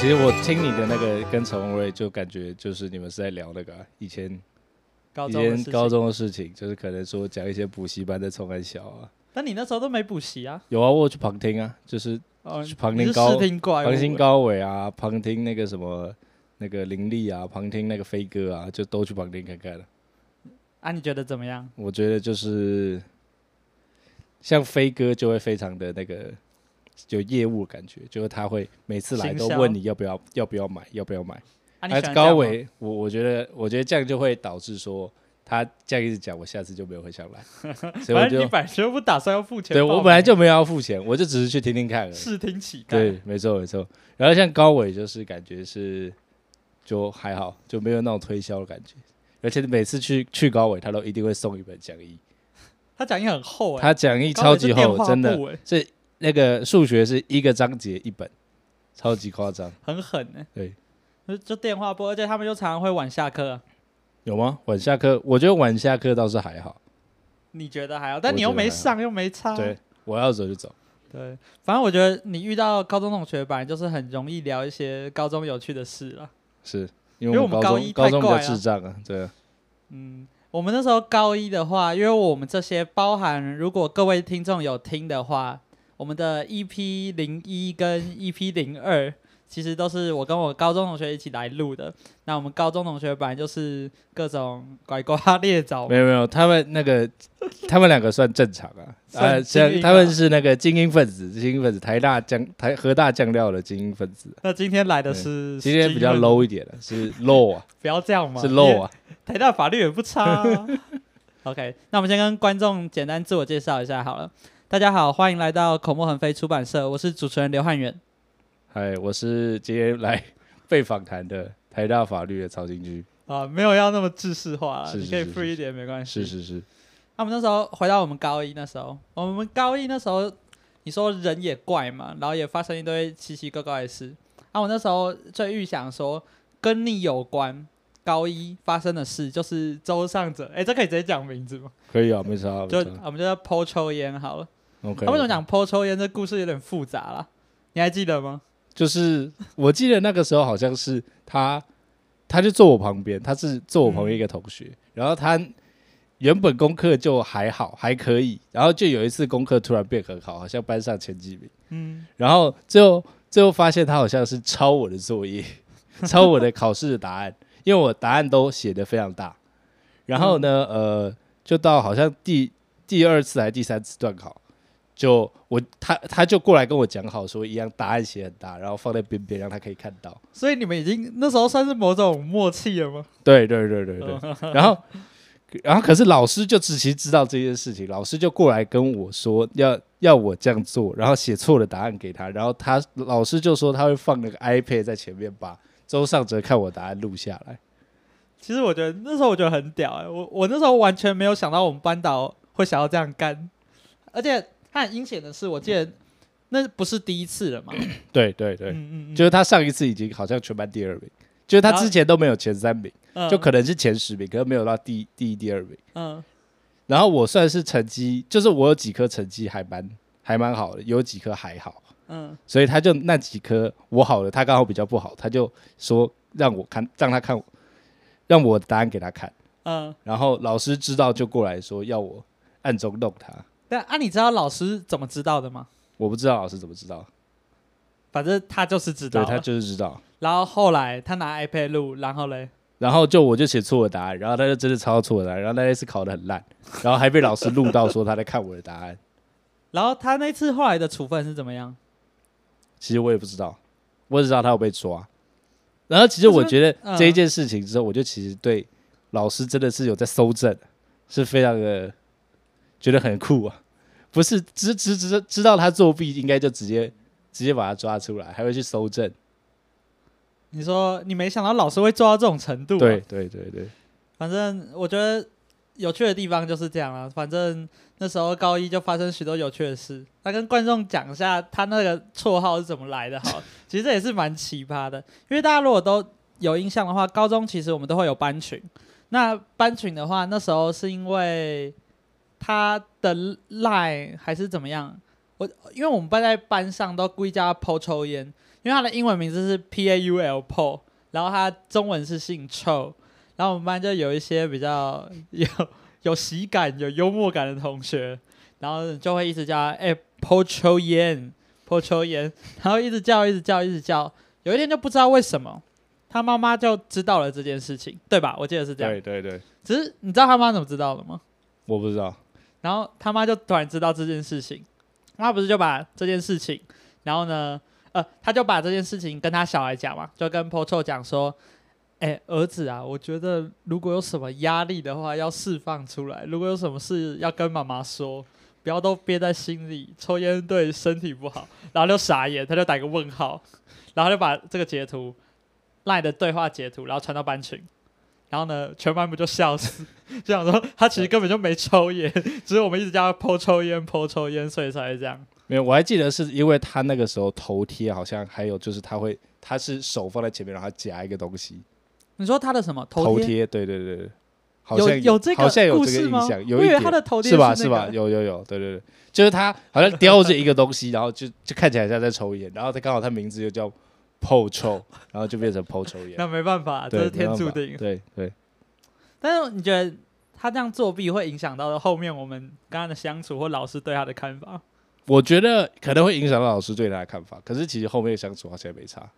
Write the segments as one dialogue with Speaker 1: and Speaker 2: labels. Speaker 1: 我听你的那个跟陈宏瑞，就感觉就是你们是在聊那个啊、以前
Speaker 2: 高
Speaker 1: 以
Speaker 2: 中的
Speaker 1: 前
Speaker 2: 事情
Speaker 1: 高，中的事情，就是可能说讲一些补习班在冲很小啊，
Speaker 2: 但你那时候都没补习啊。
Speaker 1: 有啊，我有去旁听啊，就是
Speaker 2: 哦，
Speaker 1: 去旁
Speaker 2: 你
Speaker 1: 听
Speaker 2: 是
Speaker 1: 高
Speaker 2: 视听怪物
Speaker 1: 旁听高伟啊，旁听那个什么那个林立啊，旁听那个飞哥啊，就都去旁听看看了。
Speaker 2: 啊？你觉得怎么样？
Speaker 1: 我觉得就是像飞哥就会非常的那个有业务感觉，就是他会每次来
Speaker 2: 行
Speaker 1: 都
Speaker 2: 销
Speaker 1: 问你要不要要不要买要不要买。
Speaker 2: 啊，你
Speaker 1: 还
Speaker 2: 喜欢这
Speaker 1: 哎高
Speaker 2: 样吗，
Speaker 1: 伟，我我觉得我觉得这样就会导致说他这样一直讲，我下次就没有会想 来，所以我
Speaker 2: 反正你
Speaker 1: 就
Speaker 2: 本来就不打算要付钱报
Speaker 1: 对
Speaker 2: 名。
Speaker 1: 我本来就没有要付钱，我就只是去听听看而已。
Speaker 2: 视听乞丐。
Speaker 1: 对，没错没错。然后像高伟就是感觉是就还好，就没有那种推销的感觉。而且每次去去高伟，他都一定会送一本讲义，
Speaker 2: 他讲义很厚哎、
Speaker 1: 他讲义超级厚，真的
Speaker 2: 高伟是电话簿欸
Speaker 1: 是那个数学是一个章节一本，超级夸张。
Speaker 2: 很狠哎、
Speaker 1: 对
Speaker 2: 就，就电话簿，而且他们就常常会晚下课啊、
Speaker 1: 有吗？晚下课，我觉得晚下课倒是还好。
Speaker 2: 你觉得还好，但
Speaker 1: 我觉
Speaker 2: 你又
Speaker 1: 得
Speaker 2: 没
Speaker 1: 还好
Speaker 2: 上又没差。
Speaker 1: 对，我要走就走。
Speaker 2: 对，反正我觉得你遇到高中同学，本来就是很容易聊一些高中有趣的事了。
Speaker 1: 是因
Speaker 2: 因为
Speaker 1: 为
Speaker 2: 我们
Speaker 1: 高
Speaker 2: 高
Speaker 1: 中
Speaker 2: 一
Speaker 1: 高
Speaker 2: 太
Speaker 1: 中比较
Speaker 2: 怪
Speaker 1: 智
Speaker 2: 了
Speaker 1: 障啊，对啊，
Speaker 2: 嗯，我们那时候高一的话，因为我们这些包含，如果各位听众有听的话，我们的 EP 零一跟 EP 零二，其实都是我跟我高中同学一起来录的。那我们高中同学本来就是各种拐瓜裂枣
Speaker 1: 没，有没有，他们那个 他们两个算正常啊，啊，
Speaker 2: 算精
Speaker 1: 像
Speaker 2: 英
Speaker 1: 他们
Speaker 2: 啊
Speaker 1: 是那个精英分子，精英分子，台大酱台和大酱料的精英分子，
Speaker 2: 那今天来的
Speaker 1: 对
Speaker 2: 是
Speaker 1: 今天比较
Speaker 2: 精英
Speaker 1: low 一点的，是 low 啊，
Speaker 2: 不要这样嘛，
Speaker 1: 是 low 啊，
Speaker 2: 你台大法律也不差、 啊。OK，那我们先跟观众简单自我介绍一下好了。大家好，欢迎来到口沫横飞出版社，我是主持人刘汉元。
Speaker 1: 哎，我是今天来被访谈的台大法律的曹金居，
Speaker 2: 啊，没有要那么制式化啦，
Speaker 1: 是
Speaker 2: 你
Speaker 1: 是
Speaker 2: 可以
Speaker 1: 是
Speaker 2: free 一点没关系。
Speaker 1: 是。是是，
Speaker 2: 那、我们那时候回到我们高一那时候，我们高一那时候，你说人也怪嘛，然后也发生一堆奇奇怪怪的事。啊，我那时候最预想说跟你有关高一发生的事，就是周尚哲，哎，这可以直接讲名字吗？
Speaker 1: 可以啊，没啥，
Speaker 2: 就
Speaker 1: 没差
Speaker 2: 我们就叫剖抽烟好了。
Speaker 1: ，OK，
Speaker 2: 他为什么讲剖抽烟？这故事有点复杂啦，你还记得吗？
Speaker 1: 就是我记得那个时候好像是他，他就坐我旁边，他是坐我旁边一个同学，然后他原本功课就还好，还可以，然后就有一次功课突然变很好，好像班上前几名，
Speaker 2: 嗯，
Speaker 1: 然后最后最后发现他好像是抄我的作业， 抄我的考试的答案，因为我答案都写的非常大，然后呢，呃，就到好像第第二次还是第三次段考，就我他他就过来跟我讲好说一样答案写很大，然后放在边边让他可以看到。
Speaker 2: 所以你们已经那时候算是某种默契了吗？
Speaker 1: 对对对对对，然后。然后，可是老师就只其实知道这件事情，老师就过来跟我说要要我这样做，然后写错了答案给他，然后他老师就说他会放那个 iPad 在前面，把周尚哲看我答案录下来。
Speaker 2: 其实我觉得那时候我觉得很屌哎、我我那时候完全没有想到我们班导会想要这样干，而且他很阴险的是，我记得那不是第一次了嘛，
Speaker 1: 对对对，
Speaker 2: 嗯
Speaker 1: 就是他上一次已经好像全班第二名，就是他
Speaker 2: 然后
Speaker 1: 之前都没有前三名，
Speaker 2: 嗯
Speaker 1: 就可能是前十名，可是没有到第第一、第二名。
Speaker 2: 嗯
Speaker 1: 然后我算是成绩，就是我有几科成绩还蛮还蛮好的，有几科还好，
Speaker 2: 嗯，
Speaker 1: 所以他就那几科我好了，他刚好比较不好，他就说让我看，让他看我，让我答案给他看。
Speaker 2: 嗯，
Speaker 1: 然后老师知道就过来说要我暗中弄他，
Speaker 2: 但啊，你知道老师怎么知道的吗？
Speaker 1: 我不知道老师怎么知道，
Speaker 2: 反正他就是知道
Speaker 1: 对
Speaker 2: 了，
Speaker 1: 他就是知道。
Speaker 2: 然后后来他拿 iPad 录，然后嘞，
Speaker 1: 然后就我就写错了答案，然后他就真的抄错了答案，然后那一次考得很烂，然后还被老师录到说他在看我的答案，
Speaker 2: 然后他那次后来的处分是怎么样？
Speaker 1: 其实我也不知道，我只知道他有被抓。然后其实我觉得
Speaker 2: 嗯
Speaker 1: 这一件事情之后，我就其实对老师真的是有在搜证，是非常的觉得很酷啊，不是知知知知道他作弊，应该就直接直接把他抓出来，还会去搜证。
Speaker 2: 你说你没想到老师会做到这种程度、啊，
Speaker 1: 对对对对，
Speaker 2: 反正我觉得有趣的地方就是这样啦、反正那时候高一就发生许多有趣的事。那跟观众讲一下他那个绰号是怎么来的好了，其实这也是蛮奇葩的，因为大家如果都有印象的话，高中其实我们都会有班群。那班群的话，那时候是因为他的 line 还是怎么样？我因为我们班在班上都故意叫他 Paul 抽烟，因为他的英文名字是 P A U L Paul，然后他中文是姓臭，然后我们班就有一些比较有有喜感、有幽默感的同学，然后就会一直叫他哎、Paul 抽烟，Paul 抽烟，然后一直叫、一直叫、一直叫，有一天就不知道为什么。他妈妈就知道了这件事情，对吧？我记得是这样。
Speaker 1: 对对对，
Speaker 2: 只是你知道他妈怎么知道的吗？
Speaker 1: 我不知道，
Speaker 2: 然后他妈就突然知道这件事情，妈不是就把这件事情，然后呢，呃，他就把这件事情跟他小孩讲嘛，就跟 p o c o 讲说，哎、儿子啊，我觉得如果有什么压力的话，要释放出来，如果有什么事要跟妈妈说，不要都憋在心里，抽烟对身体不好。然后就傻眼，他就打个问号，然后就把这个截图赖的对话截图，然后传到班群。然后呢，全班不就笑死， 就想说他其实根本就没抽烟，只是我们一直叫他剖抽烟、剖抽烟，所以才会这样。
Speaker 1: 没有，我还记得是因为他那个时候头贴好像还有就是他会他是手放在前面，然后夹一个东西，
Speaker 2: 你说他的什么
Speaker 1: 头
Speaker 2: 头贴？
Speaker 1: 贴，对对对对，好
Speaker 2: 有
Speaker 1: 像
Speaker 2: 有这个
Speaker 1: 好像有
Speaker 2: 故
Speaker 1: 这个
Speaker 2: 事
Speaker 1: 印
Speaker 2: 吗
Speaker 1: 象，有
Speaker 2: 我
Speaker 1: 一
Speaker 2: 以
Speaker 1: 点
Speaker 2: 为他的头贴
Speaker 1: 是吧
Speaker 2: 是
Speaker 1: 是
Speaker 2: 哦那
Speaker 1: 吧？
Speaker 2: 个
Speaker 1: 有有有，对对对，就是他好像叼着一个东西，然后就就看起来像在抽烟，然后他刚好他名字就叫 Po 抽，然后就变成 Po 抽烟，
Speaker 2: 那没办法，
Speaker 1: 对
Speaker 2: 这是天
Speaker 1: 没办
Speaker 2: 注
Speaker 1: 法
Speaker 2: 定。
Speaker 1: 对对，
Speaker 2: 但是你觉得他这样作弊会影响到后面我们跟他的相处或老师对他的看法？
Speaker 1: 我觉得可能会影响到老师对他的看法，可是其实后面相处好像也没差。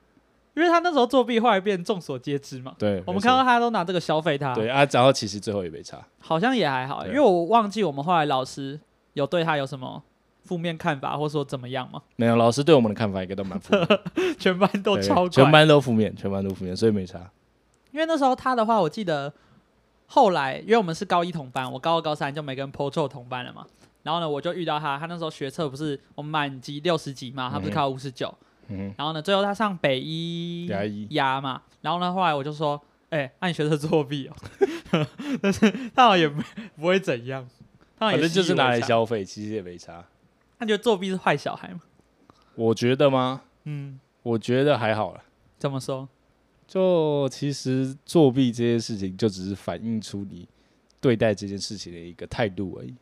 Speaker 2: 因为他那时候作弊，后来变众所皆知嘛。
Speaker 1: 对，没
Speaker 2: 我们
Speaker 1: 错
Speaker 2: 看到他都拿这个消费他，
Speaker 1: 对啊，然后其实最后也没差。
Speaker 2: 好像也还好，欸
Speaker 1: 对
Speaker 2: 因为我忘记我们后来老师有对他有什么负面看法，或说怎么样嘛。
Speaker 1: 没有，老师对我们的看法应该都蛮负面的，
Speaker 2: 全班都
Speaker 1: 对
Speaker 2: 超怪，
Speaker 1: 全班都负面，全班都负面，所以没差。
Speaker 2: 因为那时候他的话，我记得后来，因为我们是高一同班，我高二、高三就没跟 p o t o 同班了嘛。然后呢，我就遇到他，他那时候学测不是我们满级六十级嘛，他不是考五十九。
Speaker 1: 嗯
Speaker 2: 然后呢，最后他上北一
Speaker 1: 牙医
Speaker 2: 压嘛。然后呢，后来我就说，哎、那、你学测作弊哦。 但是他好像也不不会怎样，他好
Speaker 1: 哼，反
Speaker 2: 像也
Speaker 1: 正就是
Speaker 2: 习以为
Speaker 1: 拿来
Speaker 2: 常。
Speaker 1: 消费，其实也没差。
Speaker 2: 他觉得作弊是坏小孩嘛？
Speaker 1: 我觉得吗？
Speaker 2: 嗯，
Speaker 1: 我觉得还好啦。
Speaker 2: 怎么说？
Speaker 1: 就其实作弊这件事情，就只是反映出你对待这件事情的一个态度而已。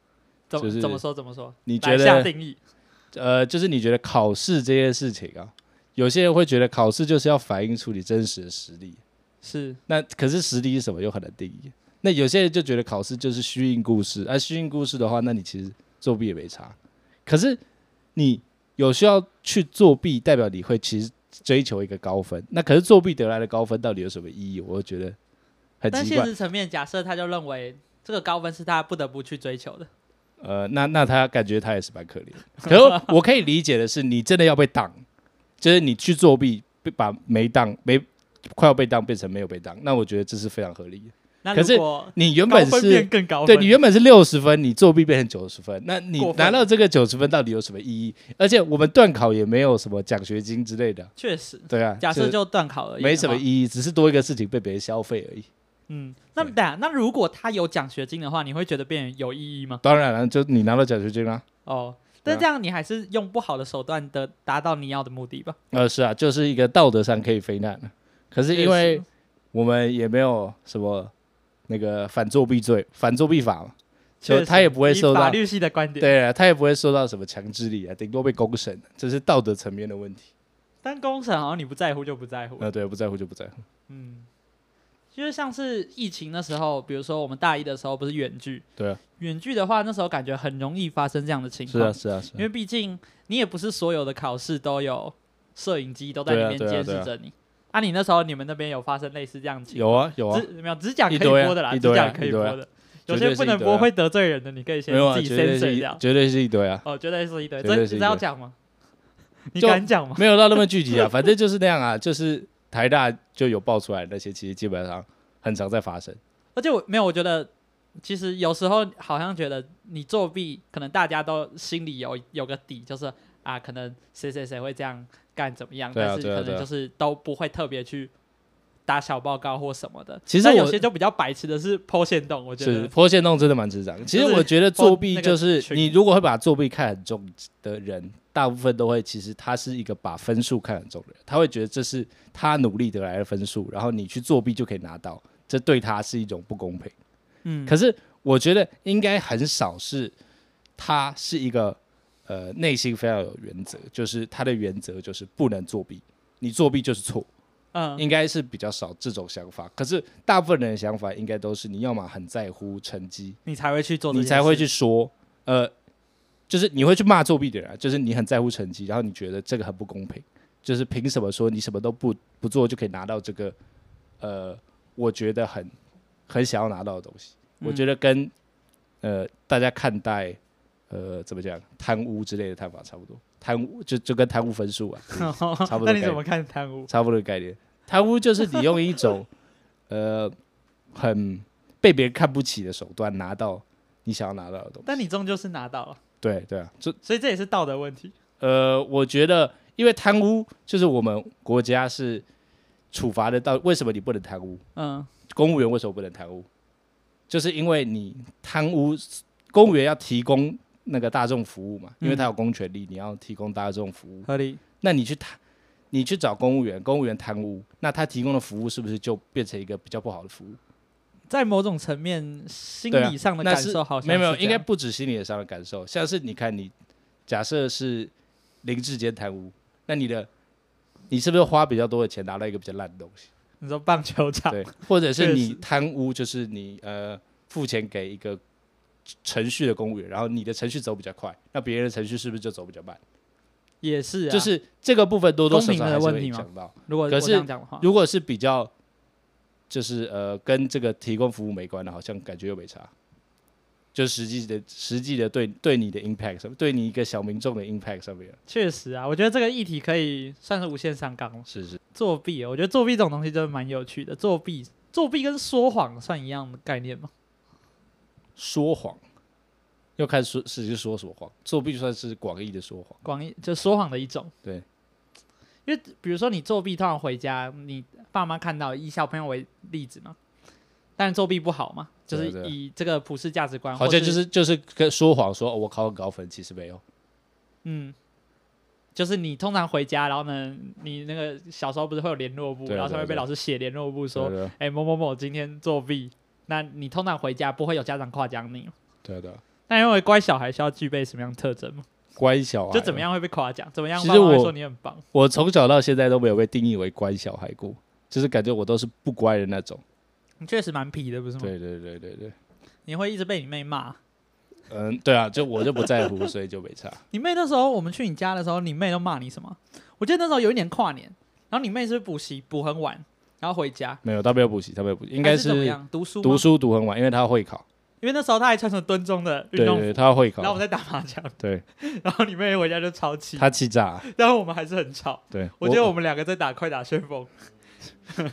Speaker 2: 怎么、
Speaker 1: 就是
Speaker 2: 怎么说？怎么说？
Speaker 1: 你觉
Speaker 2: 来下
Speaker 1: 得，
Speaker 2: 定义？
Speaker 1: 呃，就是你觉得考试这件事情啊，有些人会觉得考试就是要反映出你真实的实力，
Speaker 2: 是
Speaker 1: 那可是实力是什么又很难定义。那有些人就觉得考试就是虚应故事，而、啊虚应故事的话，那你其实作弊也没差。可是你有需要去作弊，代表你会其实追求一个高分。那可是作弊得来的高分到底有什么意义？我会觉得很
Speaker 2: 但
Speaker 1: 奇
Speaker 2: 现
Speaker 1: 怪。
Speaker 2: 实层面，假设他就认为这个高分是他不得不去追求的，
Speaker 1: 呃，那那他感觉他也是蛮可怜的。可是我可以理解的是，你真的要被挡，就是你去作弊，被把没当没快要被当变成没有被当，那我觉得这是非常合理的。
Speaker 2: 那
Speaker 1: 可是
Speaker 2: 如果
Speaker 1: 你原
Speaker 2: 高
Speaker 1: 本
Speaker 2: 分
Speaker 1: 是
Speaker 2: 变更高分，
Speaker 1: 对你原本是六十分，你作弊变成九十分，那你
Speaker 2: 过分
Speaker 1: 拿到这个九十分到底有什么意义？而且我们段考也没有什么奖学金之类的，
Speaker 2: 确实，
Speaker 1: 对啊，
Speaker 2: 假设就断考而已，
Speaker 1: 没什么
Speaker 2: 义。
Speaker 1: 意义，只是多一个事情被别人消费而已。
Speaker 2: 嗯，那
Speaker 1: 对
Speaker 2: 等下那如果他有奖学金的话，你会觉得变有意义吗？
Speaker 1: 当然了，就你拿到奖学金啦、
Speaker 2: 哦，
Speaker 1: 对啊
Speaker 2: 但这样你还是用不好的手段的达到你要的目的吧？
Speaker 1: 呃，是啊，就是一个道德上可以非难的，啊可是因为我们也没有什么那个反作弊罪、反作弊法嘛，
Speaker 2: 确实
Speaker 1: 就他也不会受
Speaker 2: 以
Speaker 1: 到
Speaker 2: 法律系的观点，
Speaker 1: 对啊，他也不会受到什么强制力啊，顶多被公审，这是道德层面的问题。
Speaker 2: 但工程好像你不在乎就不在乎，
Speaker 1: 呃，对，不在乎就不在乎。
Speaker 2: 嗯，就是像是疫情的时候，比如说我们大一的时候不是远距，
Speaker 1: 对啊，
Speaker 2: 远距的话那时候感觉很容易发生这样的情
Speaker 1: 是
Speaker 2: 况
Speaker 1: 啊，，是啊，是
Speaker 2: 因
Speaker 1: 啊。
Speaker 2: 为毕竟你也不是所有的考试都有摄影机都在
Speaker 1: 对啊
Speaker 2: 里面
Speaker 1: 对啊
Speaker 2: 监
Speaker 1: 对
Speaker 2: 视
Speaker 1: 啊
Speaker 2: 着你。啊，你那时候你们那边有发生类似这样的情
Speaker 1: 有啊，有啊
Speaker 2: 况？，只没有只讲可以
Speaker 1: 一堆啊
Speaker 2: 播的啦，
Speaker 1: 一
Speaker 2: 只
Speaker 1: 堆啊
Speaker 2: 讲可以
Speaker 1: 一堆
Speaker 2: 播
Speaker 1: 啊
Speaker 2: 的，有
Speaker 1: 绝对
Speaker 2: 些
Speaker 1: 是
Speaker 2: 不能
Speaker 1: 一堆
Speaker 2: 播
Speaker 1: 啊
Speaker 2: 会得罪人的，你可以先
Speaker 1: 没有啊，
Speaker 2: 自己
Speaker 1: 绝对
Speaker 2: 先
Speaker 1: 是
Speaker 2: 碎
Speaker 1: 一
Speaker 2: 掉。
Speaker 1: 绝对是一堆啊，
Speaker 2: 哦，绝对是一堆，
Speaker 1: 绝对
Speaker 2: 这
Speaker 1: 是一
Speaker 2: 这
Speaker 1: 堆
Speaker 2: 要讲吗？你
Speaker 1: 就
Speaker 2: 敢讲吗？
Speaker 1: 没有到那么具体啊，反 正就是那样啊，就是台大就有爆出来的那些，其实基本上很常在发生。
Speaker 2: 而且我没有，我觉得其实有时候好像觉得你作弊，可能大家都心里有有个底，就是啊，可能谁谁谁会这样干怎么样，
Speaker 1: 对啊
Speaker 2: 但是
Speaker 1: 对啊
Speaker 2: 可
Speaker 1: 对啊
Speaker 2: 能就是都不会特别去打小报告或什么的。
Speaker 1: 其实
Speaker 2: 但
Speaker 1: 我
Speaker 2: 有些就比较白痴的是剖线洞，我觉
Speaker 1: 是
Speaker 2: 得
Speaker 1: 坡线洞真的蛮智障。其实我觉得作弊就是
Speaker 2: 那个群
Speaker 1: 你如果会把作弊看很重的人，大部分都会其实他是一个把分数看很重的人，他会觉得这是他努力得来的分数，然后你去作弊就可以拿到，这对他是一种不公平。
Speaker 2: 嗯，
Speaker 1: 可是我觉得应该很少是他是一个呃内心非常有原则，就是他的原则就是不能作弊，你作弊就是错，
Speaker 2: 嗯，
Speaker 1: 应该是比较少这种想法。可是大部分人的想法应该都是你要么很在乎成绩，
Speaker 2: 你才会去做这
Speaker 1: 你
Speaker 2: 件事，
Speaker 1: 才会 去说，呃，就是你会去骂作弊的人啊，就是你很在乎成绩，然后你觉得这个很不公平，就是凭什么说你什么都不不做就可以拿到这个，呃，我觉得很很想要拿到的东西。
Speaker 2: 嗯
Speaker 1: 我觉得跟呃大家看待呃怎么讲贪污之类的看法差不多，贪污就就跟贪污分数啊差不多
Speaker 2: 那
Speaker 1: 概
Speaker 2: 你
Speaker 1: 念
Speaker 2: 怎么看贪污？
Speaker 1: 差不多的概念。贪污就是你用一种呃很被别人看不起的手段拿到你想要拿到的东西。
Speaker 2: 但你终究是拿到了，
Speaker 1: 对对啊，这
Speaker 2: 所以这也是道德问题。
Speaker 1: 呃，我觉得因为贪污就是我们国家是处罚得到，为什么你不能贪污？
Speaker 2: 嗯，
Speaker 1: 公务员为什么不能贪污？就是因为你贪污，公务员要提供那个大众服务嘛，因为他有公权力，你要提供大众服务。
Speaker 2: 合理。
Speaker 1: 那你去贪，你去找公务员，公务员贪污，那他提供的服务是不是就变成一个比较不好的服务？
Speaker 2: 在某种层面，心
Speaker 1: 对啊
Speaker 2: 理上的
Speaker 1: 那
Speaker 2: 感
Speaker 1: 是
Speaker 2: 受好像
Speaker 1: 没有没有，
Speaker 2: 是这
Speaker 1: 应该
Speaker 2: 样
Speaker 1: 不止心理上的感受，像是你看你假设是林志坚贪污，那你的你是不是花比较多的钱拿到一个比较烂的东西？
Speaker 2: 你说棒球场，
Speaker 1: 对，或者
Speaker 2: 确
Speaker 1: 是你
Speaker 2: 实
Speaker 1: 贪污，就是你呃付钱给一个程序的公务员，然后你的程序走比较快，那别人的程序是不是就走比较慢？
Speaker 2: 也是啊，
Speaker 1: 就是这个部分多多少
Speaker 2: 公
Speaker 1: 少
Speaker 2: 平的
Speaker 1: 还是
Speaker 2: 问
Speaker 1: 会
Speaker 2: 题
Speaker 1: 影
Speaker 2: 吗
Speaker 1: 响到。
Speaker 2: 如果
Speaker 1: 可
Speaker 2: 我
Speaker 1: 是
Speaker 2: 这样讲的话，
Speaker 1: 如果是比较就是呃跟这个提供服务没关的，好像感觉又没差。就实际的实际的对对你的 impact 上，对你一个小民众的 impact 上面，
Speaker 2: 确实啊，我觉得这个议题可以算是无限上纲了。
Speaker 1: 是是，
Speaker 2: 作弊，啊我觉得作弊这种东西真的蛮有趣的。作弊，作弊跟说谎算一样的概念吗？
Speaker 1: 说谎，要看说实际说什么谎，作弊算是广义的说谎。
Speaker 2: 广义就说谎的一种。
Speaker 1: 对，
Speaker 2: 因为比如说你作弊，通常回家你爸妈看到，以小朋友为例子嘛，但作弊不好嘛，就
Speaker 1: 对啊
Speaker 2: 是
Speaker 1: 对啊
Speaker 2: 以这个普世价值观，
Speaker 1: 好
Speaker 2: 或
Speaker 1: 像就是就是跟说谎说、哦我考很高分，其实没有。
Speaker 2: 嗯。就是你通常回家，然后呢，你那个小时候不是会有联络簿，
Speaker 1: 对啊
Speaker 2: 然后才
Speaker 1: 对啊
Speaker 2: 会被
Speaker 1: 对啊
Speaker 2: 老师写联络簿说
Speaker 1: 对，的，
Speaker 2: 哎、某某某今天作弊，那你通常回家不会有家长夸奖你吗。
Speaker 1: 对的，
Speaker 2: 那认为乖小孩需要具备什么样的特征吗？
Speaker 1: 乖小孩
Speaker 2: 就怎么？样会被夸奖？怎么样
Speaker 1: 其
Speaker 2: 爸
Speaker 1: 实
Speaker 2: 妈会
Speaker 1: 我
Speaker 2: 说你很棒？
Speaker 1: 我从小到现在都没有被定义为乖小孩过，就是感觉我都是不乖的那种。
Speaker 2: 你确实蛮皮的，不是吗？
Speaker 1: 对对对对对，
Speaker 2: 你会一直被你妹骂。
Speaker 1: 嗯，对啊，就我就不在乎，所以就没差。
Speaker 2: 你妹那时候我们去你家的时候，你妹都骂你什么？我记得那时候有一年跨年，然后你妹是不是补习补很晚，然后回家，
Speaker 1: 没有，他没有补习，他没有补习，应
Speaker 2: 应
Speaker 1: 该
Speaker 2: 是怎么样读书？
Speaker 1: 读，书读很晚，因为他会考。
Speaker 2: 因为那时候她还穿着敦中的
Speaker 1: 对
Speaker 2: 运动
Speaker 1: 对，对，
Speaker 2: 服
Speaker 1: 他会
Speaker 2: 然后我
Speaker 1: 考
Speaker 2: 们。在打麻将，
Speaker 1: 对
Speaker 2: 然后你妹回家就超气，
Speaker 1: 他欺诈，
Speaker 2: 但是我们还是很吵。
Speaker 1: 对
Speaker 2: 我觉得我们两个在打快打旋风。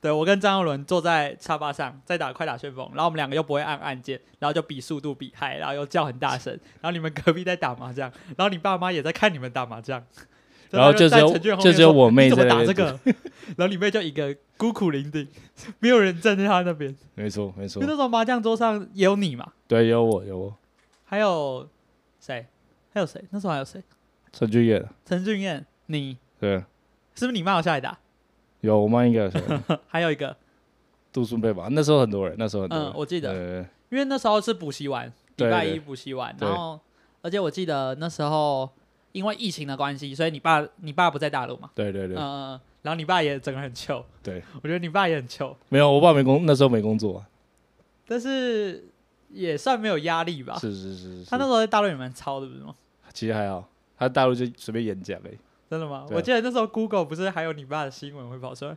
Speaker 2: 对，我跟张耀伦坐在沙发上，在打快打旋风，然后我们两个又不会按按键，然后就比速度比嗨，然后又叫很大声，然后你们隔壁在打麻将，然后你爸妈也在看你们打麻将，
Speaker 1: 然后就只
Speaker 2: 在
Speaker 1: 有
Speaker 2: 陈俊后
Speaker 1: 就
Speaker 2: 面
Speaker 1: 只有
Speaker 2: 说
Speaker 1: 我妹
Speaker 2: 你怎
Speaker 1: 在
Speaker 2: 么打
Speaker 1: 那
Speaker 2: 这
Speaker 1: 边
Speaker 2: 个， 然后你妹就一个孤苦伶仃，没有人站在她那边，
Speaker 1: 没错没
Speaker 2: 因
Speaker 1: 错
Speaker 2: 为那，时候麻将桌上也有你嘛，
Speaker 1: 对，有我有我，
Speaker 2: 还有谁？还有谁？那时候还有谁？
Speaker 1: 陈俊彦，
Speaker 2: 陈俊彦，你
Speaker 1: 对，
Speaker 2: 是不是你妈有下来打？
Speaker 1: 有我妈应该有说
Speaker 2: 还有一个，
Speaker 1: 杜苏蓓吧，那时候很多人，那时候很多
Speaker 2: 嗯
Speaker 1: 人，，
Speaker 2: 我记得，
Speaker 1: 对
Speaker 2: 因为那时候是补习完，礼
Speaker 1: 对
Speaker 2: 拜
Speaker 1: 对
Speaker 2: 一补习完，
Speaker 1: 对
Speaker 2: 然后而且我记得那时候因为疫情的关系，所以你爸你爸不在大陆嘛，
Speaker 1: 对对对
Speaker 2: 嗯
Speaker 1: 对，
Speaker 2: 嗯，嗯然后你爸也整个很糗，
Speaker 1: 对，
Speaker 2: 我觉得你爸也很糗，
Speaker 1: 没有，我爸没工，那时候没工作啊，
Speaker 2: 但是也算没有压力吧。
Speaker 1: 是是是是，
Speaker 2: 他那时候在大陆也蛮超的，不是吗？
Speaker 1: 其实还好，他大陆就随便演讲哎，
Speaker 2: 真的吗？
Speaker 1: 对啊
Speaker 2: 我记得那时候 Google 不是还有你爸的新闻会跑出来，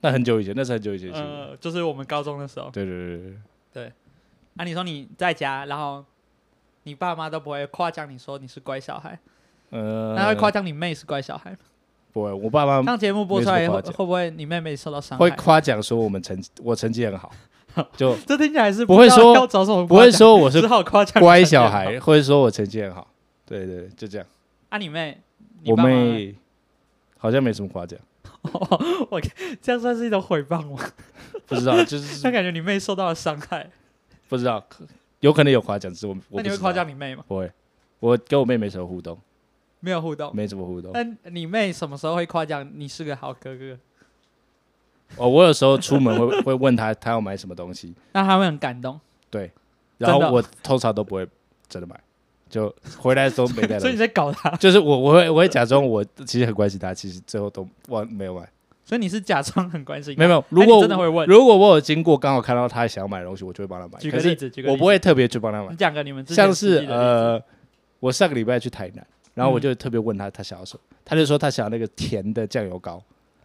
Speaker 1: 那很久以前，那是很久以前的事情，
Speaker 2: 呃，就是我们高中的时候。
Speaker 1: 对对对对对，
Speaker 2: 啊，你说你在家，然后你爸妈都不会夸奖你说你是乖小孩，
Speaker 1: 呃，
Speaker 2: 那会夸奖你妹是乖小孩吗。
Speaker 1: 不会，我爸妈
Speaker 2: 当节目播出来
Speaker 1: 没什么
Speaker 2: 会
Speaker 1: 夸奖
Speaker 2: 会不会你妹妹受到伤
Speaker 1: 会
Speaker 2: 害？
Speaker 1: 夸奖说我们成 我成绩 很好，就
Speaker 2: 这听起来是
Speaker 1: 不会
Speaker 2: 知道
Speaker 1: 说
Speaker 2: 要找什么
Speaker 1: 不
Speaker 2: 夸
Speaker 1: 会
Speaker 2: 奖，
Speaker 1: 说我是
Speaker 2: 只好夸奖
Speaker 1: 乖
Speaker 2: 你成绩
Speaker 1: 小
Speaker 2: 很好
Speaker 1: 孩，或者说我成绩很好。对对对，就这样。
Speaker 2: 啊，你妹，你
Speaker 1: 我
Speaker 2: 爸妈
Speaker 1: 妹好像没什么夸奖，
Speaker 2: 这样算是一种诽谤吗？
Speaker 1: 不知道， 就
Speaker 2: 那
Speaker 1: 是
Speaker 2: 感觉你妹受到了伤害，
Speaker 1: 不知道，可有可能有夸奖，只是我我不
Speaker 2: 那你
Speaker 1: 知
Speaker 2: 会
Speaker 1: 道
Speaker 2: 夸？奖你妹吗？
Speaker 1: 不会，我跟我妹没什么互动，
Speaker 2: 没有互动。
Speaker 1: 没什么互动。
Speaker 2: 那你妹什么时候会夸奖你是个好哥哥？
Speaker 1: 哦，我有时候出门会 会问她她要买什么东西，
Speaker 2: 那她会很感动。
Speaker 1: 然
Speaker 2: 真的啊
Speaker 1: 后我通常都不会真的买，
Speaker 2: 所以
Speaker 1: 东
Speaker 2: 你
Speaker 1: 西。
Speaker 2: 在搞他，
Speaker 1: 就是我我会我会假装我其实很关心他，其实最后都忘没有买，
Speaker 2: 所以你是假装很关心他。
Speaker 1: 没有没有。
Speaker 2: 哎
Speaker 1: 如果
Speaker 2: 你真的会问，
Speaker 1: 如果我有经过，刚好看到他想要买的东西，我就会帮他买。
Speaker 2: 举
Speaker 1: 可
Speaker 2: 个例
Speaker 1: 是
Speaker 2: 子，举个例子，
Speaker 1: 我不会特别去帮他买
Speaker 2: 你。讲个你们之前
Speaker 1: 像
Speaker 2: 实
Speaker 1: 是
Speaker 2: 际的例子，
Speaker 1: 呃，我上个礼拜去台南，然后我
Speaker 2: 嗯
Speaker 1: 就特别问他他想要什么，他就说他想要那个甜的酱油膏，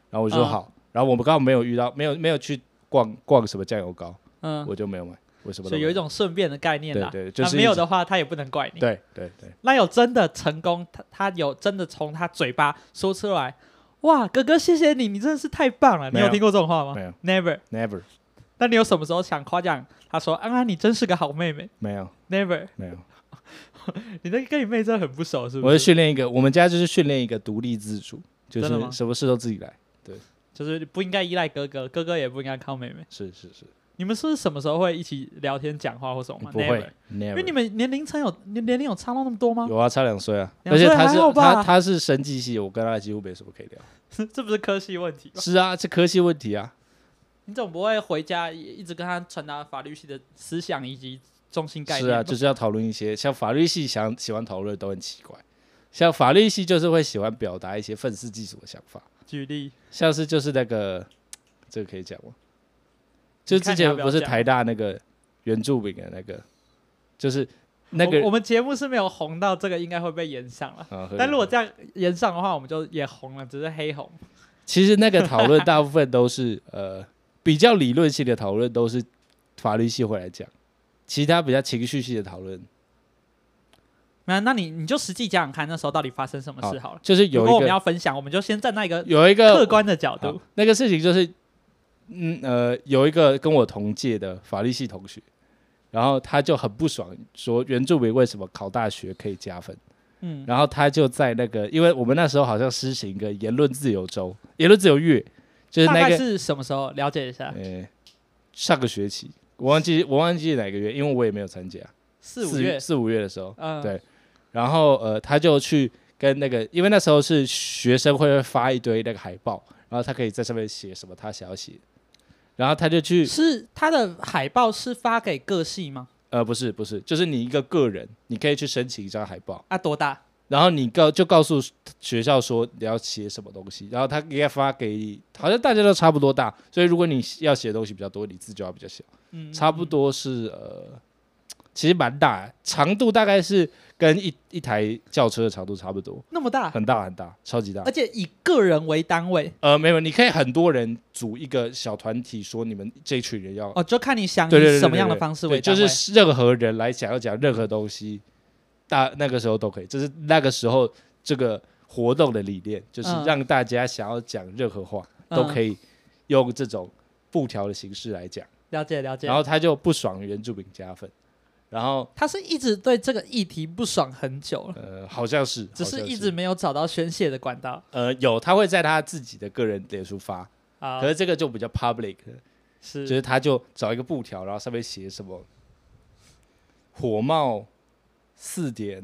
Speaker 1: 然后我就说
Speaker 2: 嗯
Speaker 1: 好，然后我们刚好没有遇到，没有没有去逛逛什么酱油膏，
Speaker 2: 嗯，
Speaker 1: 我就没有买，为什么？
Speaker 2: 所以有一种顺便的概念啦。
Speaker 1: 对对就是
Speaker 2: 那没有的话，他也不能怪你。
Speaker 1: 对对对，
Speaker 2: 那有真的成功，他他有真的从他嘴巴说出来，哇，哥哥谢谢你，你真的是太棒了。你
Speaker 1: 没有
Speaker 2: 有听过这种话吗？
Speaker 1: 没有
Speaker 2: n e v e r
Speaker 1: ，never
Speaker 2: 那你有什么时候想夸奖他说，安安你真是个好妹妹
Speaker 1: 没有
Speaker 2: ？Never，
Speaker 1: 没有，
Speaker 2: 你那个跟你妹真的很不熟，是不
Speaker 1: 我
Speaker 2: 是
Speaker 1: 是训练一个，我们家就是训练一个独立自主，就
Speaker 2: 真的吗
Speaker 1: 是什么事都自己来，
Speaker 2: 就是不应该依赖哥哥，哥哥也不应该靠妹妹。
Speaker 1: 是是是，
Speaker 2: 你们是不是什么时候会一起聊天、讲话或什么吗？
Speaker 1: 不会
Speaker 2: Never 因为你
Speaker 1: ，never。
Speaker 2: 们年龄层有年年龄有差到那么多吗？
Speaker 1: 有啊，差两岁啊，
Speaker 2: 两
Speaker 1: 而且
Speaker 2: 岁
Speaker 1: 他
Speaker 2: 还
Speaker 1: 是
Speaker 2: 好吧
Speaker 1: 他他是生技系，我跟他几乎没什么可以 聊。
Speaker 2: 这不是科系问题吧？
Speaker 1: 是啊，这科系问题啊，
Speaker 2: 你总不会回家也一直跟他传达法律系的思想以及中心概念
Speaker 1: 是
Speaker 2: 吧？
Speaker 1: 啊，就是要讨论一些像法律系想喜欢讨论都很奇怪，像法律系就是会喜欢表达一些愤世嫉俗的想法，
Speaker 2: 举例，
Speaker 1: 像是就是那个这个可以讲吗？就
Speaker 2: 你看
Speaker 1: 之前
Speaker 2: 你要不要
Speaker 1: 不是
Speaker 2: 讲
Speaker 1: 台大那个原住民的那个，就是那个
Speaker 2: 我我们节目是没有红到这个，应该会被延上了。
Speaker 1: 啊，
Speaker 2: 但如果
Speaker 1: 我
Speaker 2: 这样延上的话，我们就也红了，只是黑红。
Speaker 1: 其实那个讨论大部分都是 呃比较理论性的讨论都是法律系会来讲，其他比较情绪系的讨论
Speaker 2: 那那你你就实际讲讲看，那时候到底发生什么事好了。
Speaker 1: 就是
Speaker 2: 如
Speaker 1: 有
Speaker 2: 果我
Speaker 1: 一个
Speaker 2: 们要分享，我们就先站在一个
Speaker 1: 有一个
Speaker 2: 客观的角
Speaker 1: 好
Speaker 2: 度。，
Speaker 1: 那个事情就是，嗯呃，有一个跟我同届的法律系同学，然后他就很不爽，说原住民为什么考大学可以加分？
Speaker 2: 嗯，
Speaker 1: 然后他就在那个，因为我们那时候好像施行一个言论自由周、言论自由月，就是
Speaker 2: 大
Speaker 1: 那
Speaker 2: 概
Speaker 1: 个
Speaker 2: 是什么时候？了解一下，
Speaker 1: 呃上个学期，我忘记我忘记哪个月，因为我也没有参加，
Speaker 2: 四五月，
Speaker 1: 四五月的时候，
Speaker 2: 嗯，
Speaker 1: 对然后呃，他就去跟那个，因为那时候是学生会发一堆那个海报，然后他可以在上面写什么他想要写，然后他就去
Speaker 2: 是它的海报是发给各系吗？
Speaker 1: 呃，不是不是，就是你一个个人，你可以去申请一张海报，
Speaker 2: 啊，多大？
Speaker 1: 然后你告就告诉学校说你要写什么东西，然后他应该发给你，好像大家都差不多大，所以如果你要写的东西比较多，你字就要比较小，
Speaker 2: 嗯，
Speaker 1: 差不多是呃，其实蛮大，长度大概是跟一一台轿车的长度差不多，
Speaker 2: 那么大，
Speaker 1: 很大很大，超级大
Speaker 2: 而。且以个人为单位
Speaker 1: 呃，没有，你可以很多人组一个小团体，说你们这群人要
Speaker 2: 哦，就看你想
Speaker 1: 对对对
Speaker 2: 以
Speaker 1: 对
Speaker 2: 什么样的
Speaker 1: 对
Speaker 2: 方式
Speaker 1: 对
Speaker 2: 为单位。
Speaker 1: 就是任何人来想要讲任何东西，大那个时候都可以，就是那个时候这个活动的理念，就是
Speaker 2: 嗯
Speaker 1: 让大家想要讲任何话、都可
Speaker 2: 以
Speaker 1: 以用这种布条的形式来讲。
Speaker 2: 了解了解。
Speaker 1: 然后他就不爽原住民加分，然后
Speaker 2: 他是一直对这个议题不爽很久了，
Speaker 1: 呃好像是，
Speaker 2: 只
Speaker 1: 好像
Speaker 2: 是
Speaker 1: 是
Speaker 2: 一直没有找到宣泄的管道
Speaker 1: 呃有他会在他自己的个人脸书发，
Speaker 2: 啊
Speaker 1: 可。是这个就比较 public，了
Speaker 2: 是
Speaker 1: 就是他就找一个布条，然后上面写什么火冒四点。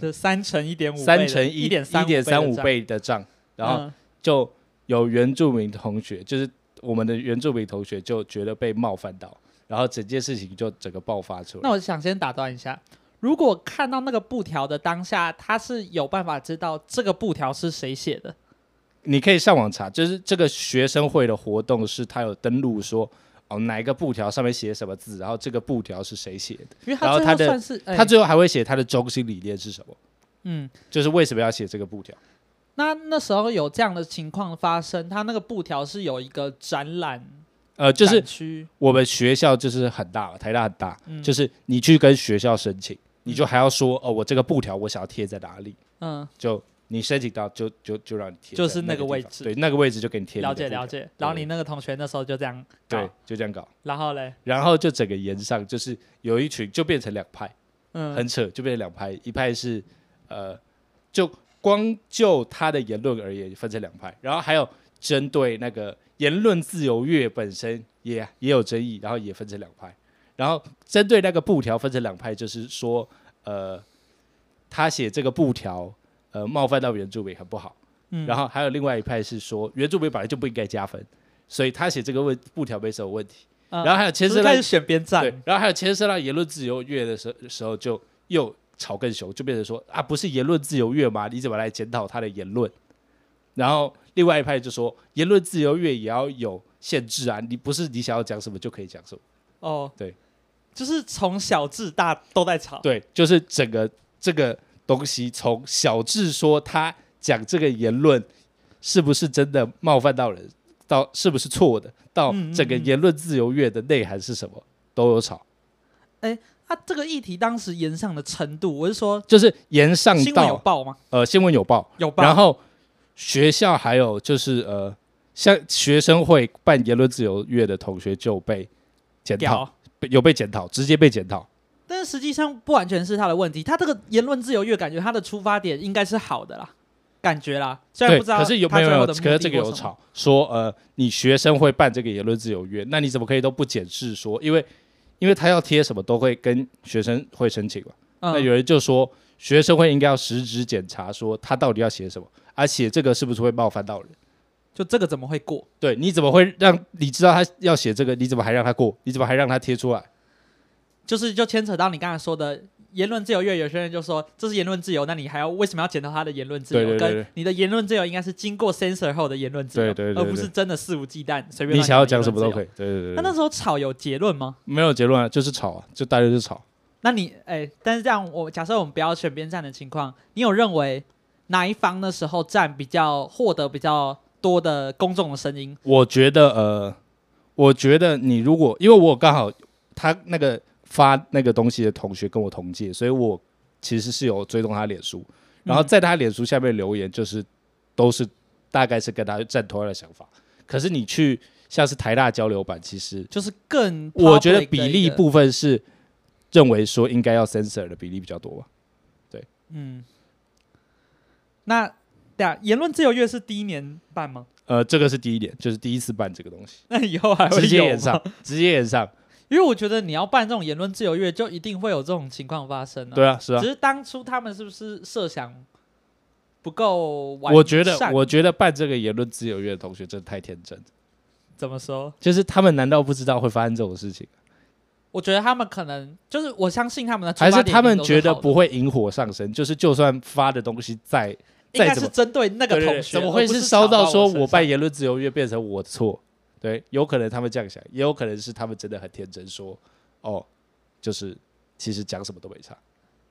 Speaker 2: 就三乘一点五，
Speaker 1: 三乘
Speaker 2: 一
Speaker 1: 一
Speaker 2: 点
Speaker 1: 一点三五倍的嗯账，
Speaker 2: 的
Speaker 1: 然
Speaker 2: 账，
Speaker 1: 后就有原住民同学，就是我们的原住民同学就觉得被冒犯到，然后整件事情就整个爆发出
Speaker 2: 那
Speaker 1: 来。
Speaker 2: 我想先打断一下，如果看到那个布条的当下，他是有办法知道这个布条是谁写的，
Speaker 1: 你可以上网查，就是这个学生会的活动是他有登录说。哦，哪一个布条上面写什么字？然后这个布条是谁写的？
Speaker 2: 因为
Speaker 1: 然
Speaker 2: 他
Speaker 1: 后
Speaker 2: 最
Speaker 1: 他
Speaker 2: 后
Speaker 1: 的
Speaker 2: 算是哎
Speaker 1: 他最后还会写他的中心理念是什么，
Speaker 2: 嗯，
Speaker 1: 就是为什么要写这个布条？
Speaker 2: 那那时候有这样的情况发生，他那个布条是有一个展览，
Speaker 1: 呃，就是
Speaker 2: 展区，
Speaker 1: 我们学校就是很大，台大很大，
Speaker 2: 嗯
Speaker 1: 就是你去跟学校申请，你就还要说哦，我这个布条我想要贴在哪里，
Speaker 2: 嗯，
Speaker 1: 就你申请到就就就让你贴在个地方，
Speaker 2: 就是那个位置
Speaker 1: 对，那个位置就给你贴那
Speaker 2: 了
Speaker 1: 个布
Speaker 2: 解
Speaker 1: 条。
Speaker 2: 了解。然后你那个同学那时候就这样搞，
Speaker 1: 对，就这样搞，
Speaker 2: 然后嘞，
Speaker 1: 然后就整个延上就是有一群就变成两派，
Speaker 2: 嗯，
Speaker 1: 很扯，就变成两派，一派是呃，就光就他的言论而言分成两派，然后还有针对那个言论自由月本身也也有争议，然后也分成两派，然后针对那个布条分成两派，就是说呃，他写这个布条呃冒犯到原住民很不好，
Speaker 2: 嗯
Speaker 1: 然后还有另外一派是说原住民本来就不应该加分，所以他写这个问布条没什么问题，
Speaker 2: 嗯
Speaker 1: 然后还有
Speaker 2: 就
Speaker 1: 牵
Speaker 2: 是
Speaker 1: 涉
Speaker 2: 开
Speaker 1: 到
Speaker 2: 始选边
Speaker 1: 对
Speaker 2: 站，，
Speaker 1: 呃然后还有牵涉到言论自由月的时候时候，就又吵更凶，就变成说啊，不是言论自由月吗？你怎么来检讨他的言论？然后另外一派就说，言论自由月也要有限制啊，你不是你想要讲什么就可以讲什么。
Speaker 2: 哦，
Speaker 1: 对，
Speaker 2: 就是从小至大都在吵，
Speaker 1: 对，就是整个这个东西，从小智说他讲这个言论是不是真的冒犯到人，到是不是错的，到
Speaker 2: 嗯嗯
Speaker 1: 整个
Speaker 2: 嗯
Speaker 1: 言论自由月的内涵是什么，都有吵。
Speaker 2: 他、啊这个议题当时延上的程度，我是说
Speaker 1: 就是延上
Speaker 2: 新闻有
Speaker 1: 到
Speaker 2: 报吗？
Speaker 1: 呃新闻有报，
Speaker 2: 有报，
Speaker 1: 然后学校还有就是呃，像学生会办言论自由月的同学就被检讨，
Speaker 2: 屌。
Speaker 1: 被有被检讨，直接被检讨。
Speaker 2: 但是实际上不完全是他的问题，他这个言论自由越感觉他的出发点应该是好的啦，感觉啦，虽然
Speaker 1: 对，
Speaker 2: 不知道
Speaker 1: 可是有
Speaker 2: 他
Speaker 1: 没有
Speaker 2: 最
Speaker 1: 没有？
Speaker 2: 后的目
Speaker 1: 可是
Speaker 2: 的
Speaker 1: 这个有
Speaker 2: 或什么，
Speaker 1: 吵说，呃，你学生会办这个言论自由月，那你怎么可以都不检视说？因为因为他要贴什么都会跟学生会申请嘛。那
Speaker 2: 嗯，
Speaker 1: 有人就说，学生会应该要实质检查，说他到底要写什么，而、且这个是不是会冒犯到人？
Speaker 2: 就这个怎么会过？
Speaker 1: 对，你怎么会让你知道他要写这个？你怎么还让他过？你怎么还让他贴出来？
Speaker 2: 就是就牵扯到你刚才说的言论自由月，有些人就说这是言论自由，那你还要为什么要检讨他的言论自由？
Speaker 1: 对对对对
Speaker 2: 跟你的言论自由应该是经过 censor 后的言论自由，
Speaker 1: 对对对对
Speaker 2: 而不是真的肆无忌惮随便。
Speaker 1: 你想要讲什么都可
Speaker 2: 以。
Speaker 1: 以。对对对
Speaker 2: 那
Speaker 1: 对
Speaker 2: 那时候吵有结论吗？
Speaker 1: 没有结论啊，就是吵啊，就大家就是吵。
Speaker 2: 那你哎、但是这样我假设我们不要选边站的情况，你有认为哪一方那时候站比较获得比较多的公众的声音？
Speaker 1: 我觉得呃，我觉得你如果因为我刚好他那个发那个东西的同学跟我同届，所以我其实是有追踪他脸书，然后在他脸书下面留言就是都是大概是跟他站同样的想法。可是你去像是台大交流版，其实
Speaker 2: 就是更
Speaker 1: 我觉得
Speaker 2: public
Speaker 1: 比
Speaker 2: 的一
Speaker 1: 例
Speaker 2: 个
Speaker 1: 部分是认为说应该要 censor 的比例比较多吧。
Speaker 2: 嗯，那对啊，言论自由月是第一年办吗？
Speaker 1: 呃，这个是第一点，就是第一次办这个东西，
Speaker 2: 那以后还会
Speaker 1: 直接
Speaker 2: 有
Speaker 1: 演
Speaker 2: 吗
Speaker 1: 上？， 直接演上，
Speaker 2: 因为我觉得你要办这种言论自由月，就一定会有这种情况发生、啊。、
Speaker 1: 对啊，是啊
Speaker 2: 只。是当初他们是不是设想不够完善？
Speaker 1: 我觉得，我觉得办这个言论自由月的同学真的太天真了，
Speaker 2: 怎么说？
Speaker 1: 就是他们难道不知道会发生这种事情，
Speaker 2: 我觉得他们可能就是我相信他们的出
Speaker 1: 还
Speaker 2: 发
Speaker 1: 是
Speaker 2: 点
Speaker 1: 他
Speaker 2: 一定
Speaker 1: 们
Speaker 2: 都是
Speaker 1: 觉得
Speaker 2: 好的
Speaker 1: 不，会引火上身？就是就算发的东西再
Speaker 2: 应
Speaker 1: 再
Speaker 2: 该
Speaker 1: 怎
Speaker 2: 是
Speaker 1: 么
Speaker 2: 针对那个
Speaker 1: 对对
Speaker 2: 同
Speaker 1: 对
Speaker 2: 学，
Speaker 1: 怎么
Speaker 2: 而
Speaker 1: 会
Speaker 2: 不是
Speaker 1: 烧
Speaker 2: 到
Speaker 1: 说
Speaker 2: 身
Speaker 1: 我办
Speaker 2: 上
Speaker 1: 言论自由月变成我的错？对，有可能他们这样想，也有可能是他们真的很天真说，哦，就是其实讲什么都没差。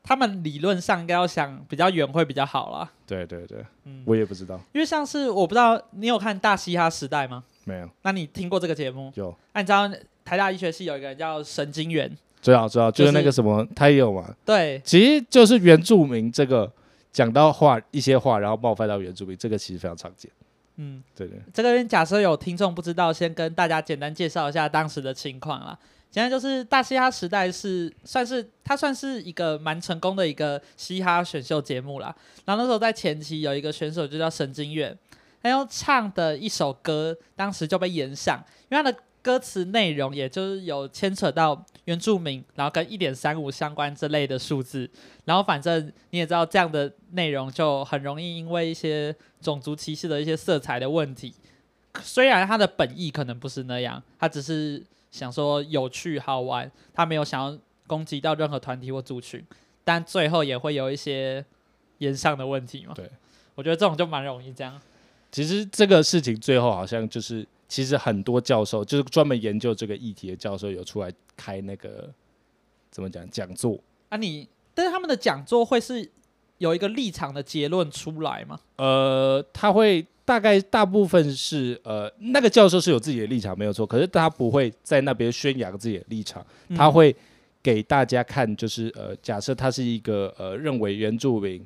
Speaker 2: 他们理论上应该要想比较远会比较好啦。
Speaker 1: 对对对，
Speaker 2: 嗯，
Speaker 1: 我也不知道，
Speaker 2: 因为像是我不知道你有看《大嘻哈时代》吗？
Speaker 1: 没有
Speaker 2: 那你听过这个节目？
Speaker 1: 有
Speaker 2: 按照台大医学系有一个人叫神经元，
Speaker 1: 知道知道，就是
Speaker 2: 就是
Speaker 1: 那个什么，他也有嘛，
Speaker 2: 对，
Speaker 1: 其实就是原住民这个讲到话一些话，然后冒犯到原住民，这个其实非常常见。
Speaker 2: 嗯，
Speaker 1: 对对，
Speaker 2: 这个假设有听众不知道，先跟大家简单介绍一下当时的情况啦。简单就是大嘻哈时代是算是它算是一个蛮成功的一个嘻哈选秀节目啦。然后那时候在前期有一个选手就叫神经元，他用唱的一首歌，当时就被延上，因为他的歌词内容也就是有牵扯到原住民，然后跟一点三五相关之类的数字。然后反正你也知道，这样的内容就很容易因为一些种族歧视的一些色彩的问题，虽然他的本意可能不是那样，他只是想说有趣好玩，他没有想要攻击到任何团体或族群，但最后也会有一些言上的问题嘛。
Speaker 1: 对，
Speaker 2: 我觉得这种就蛮容易这样。
Speaker 1: 其实这个事情最后好像就是，其实很多教授就是专门研究这个议题的教授有出来开那个怎么讲讲座。
Speaker 2: 啊你，但是他们的讲座会是有一个立场的结论出来吗？
Speaker 1: 呃，他会大概大部分是呃，那个教授是有自己的立场没有错，可是他不会在那边宣扬自己的立场，
Speaker 2: 嗯
Speaker 1: 他会给大家看，就是呃，假设他是一个呃认为原住民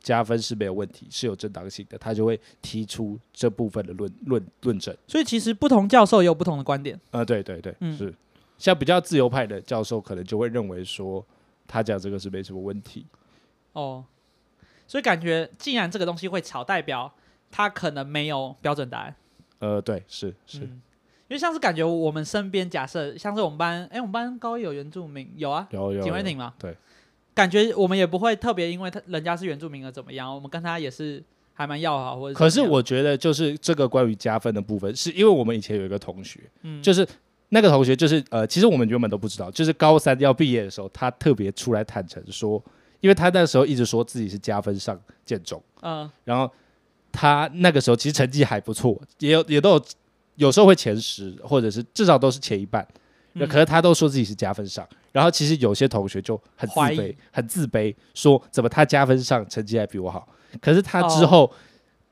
Speaker 1: 加分是没有问题，是有正当性的，他就会提出这部分的论论论证。
Speaker 2: 所以其实不同教授也有不同的观点。
Speaker 1: 呃，对对对，
Speaker 2: 嗯
Speaker 1: 是。像比较自由派的教授，可能就会认为说，他讲这个是没什么问题。
Speaker 2: 哦，所以感觉既然这个东西会吵，代表他可能没有标准答案。
Speaker 1: 呃，对，是是，
Speaker 2: 嗯，因为像是感觉我们身边，假设像是我们班，哎、我们班高一有原住民，有啊，
Speaker 1: 有有
Speaker 2: 景瑞
Speaker 1: 有
Speaker 2: 婷嘛，
Speaker 1: 对，
Speaker 2: 感觉我们也不会特别因为他人家是原住民而怎么样，我们跟他也是还蛮要好，或者
Speaker 1: 可是
Speaker 2: 怎么样，
Speaker 1: 我觉得，就是这个关于加分的部分，是因为我们以前有一个同学，
Speaker 2: 嗯，
Speaker 1: 就是那个同学，就是呃，其实我们原本都不知道，就是高三要毕业的时候，他特别出来坦诚说，因为他那时候一直说自己是加分上建中，
Speaker 2: 嗯
Speaker 1: 然后他那个时候其实成绩还不错，也有也都有有时候会前十，或者是至少都是前一半。那
Speaker 2: 嗯
Speaker 1: 可是他都说自己是加分上，然后其实有些同学就很自
Speaker 2: 怀
Speaker 1: 卑
Speaker 2: 疑，
Speaker 1: 很自卑，说怎么他加分上成绩还比我好？可是他之
Speaker 2: 哦
Speaker 1: 后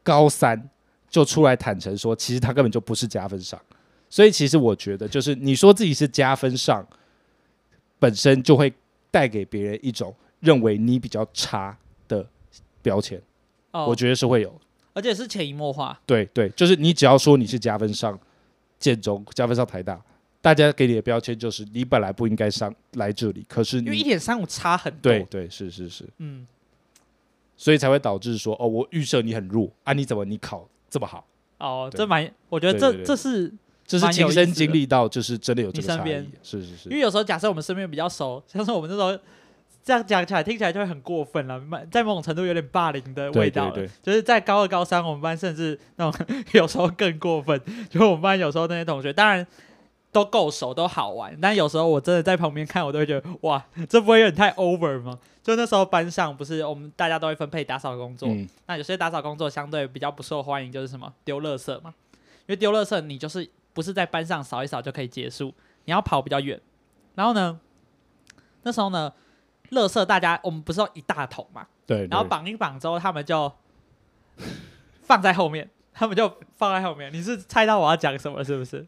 Speaker 1: 高三就出来坦诚说，其实他根本就不是加分上。所以其实我觉得，就是你说自己是加分上，本身就会带给别人一种认为你比较差的标签，我
Speaker 2: 哦，
Speaker 1: 觉得是会有。
Speaker 2: 而且是潜移默化，
Speaker 1: 对对，就是你只要说你是加分上建中、加分上台大，大家给你的标签就是你本来不应该上来这里，可是
Speaker 2: 因为一
Speaker 1: 你
Speaker 2: 点三五差很
Speaker 1: 嗯
Speaker 2: 多。
Speaker 1: 对，对是是是，
Speaker 2: 嗯，
Speaker 1: 所以才会导致说哦，我预设你很弱啊，你怎么你考这么好？
Speaker 2: 哦，
Speaker 1: 对
Speaker 2: 这蛮，我觉得这
Speaker 1: 对对对
Speaker 2: 这是
Speaker 1: 这是
Speaker 2: 蛮
Speaker 1: 亲
Speaker 2: 有意
Speaker 1: 身
Speaker 2: 思
Speaker 1: 经
Speaker 2: 的
Speaker 1: 历到，就是真的有这
Speaker 2: 你
Speaker 1: 个
Speaker 2: 身
Speaker 1: 差异
Speaker 2: 边，
Speaker 1: 是是
Speaker 2: 因为
Speaker 1: 是，
Speaker 2: 有时候假设我们身边比较熟，像是我们那时候这样讲起来，听起来就会很过分了，蛮在某种程度有点霸凌的味
Speaker 1: 对
Speaker 2: 道
Speaker 1: 对
Speaker 2: 了。
Speaker 1: 对，
Speaker 2: 就是在高二、高三，我们班甚至那种 有时候更过分，就是我们班有时候那些同学，当然都够熟，都好玩，但有时候我真的在旁边看，我都会觉得哇，这不会有点太 over 吗？就那时候班上不是我们大家都会分配打扫工作，
Speaker 1: 嗯
Speaker 2: 那有些打扫工作相对比较不受欢迎，就是什么丢垃圾嘛，因为丢垃圾你就是不是在班上扫一扫就可以结束，你要跑比较远。然后呢，那时候呢，垃圾大家我们不是要一大桶嘛，
Speaker 1: 对，
Speaker 2: 然后
Speaker 1: 对
Speaker 2: 绑一绑之后，他们就 放在后面，他们就放在后面。你是猜到我要讲什么是不是？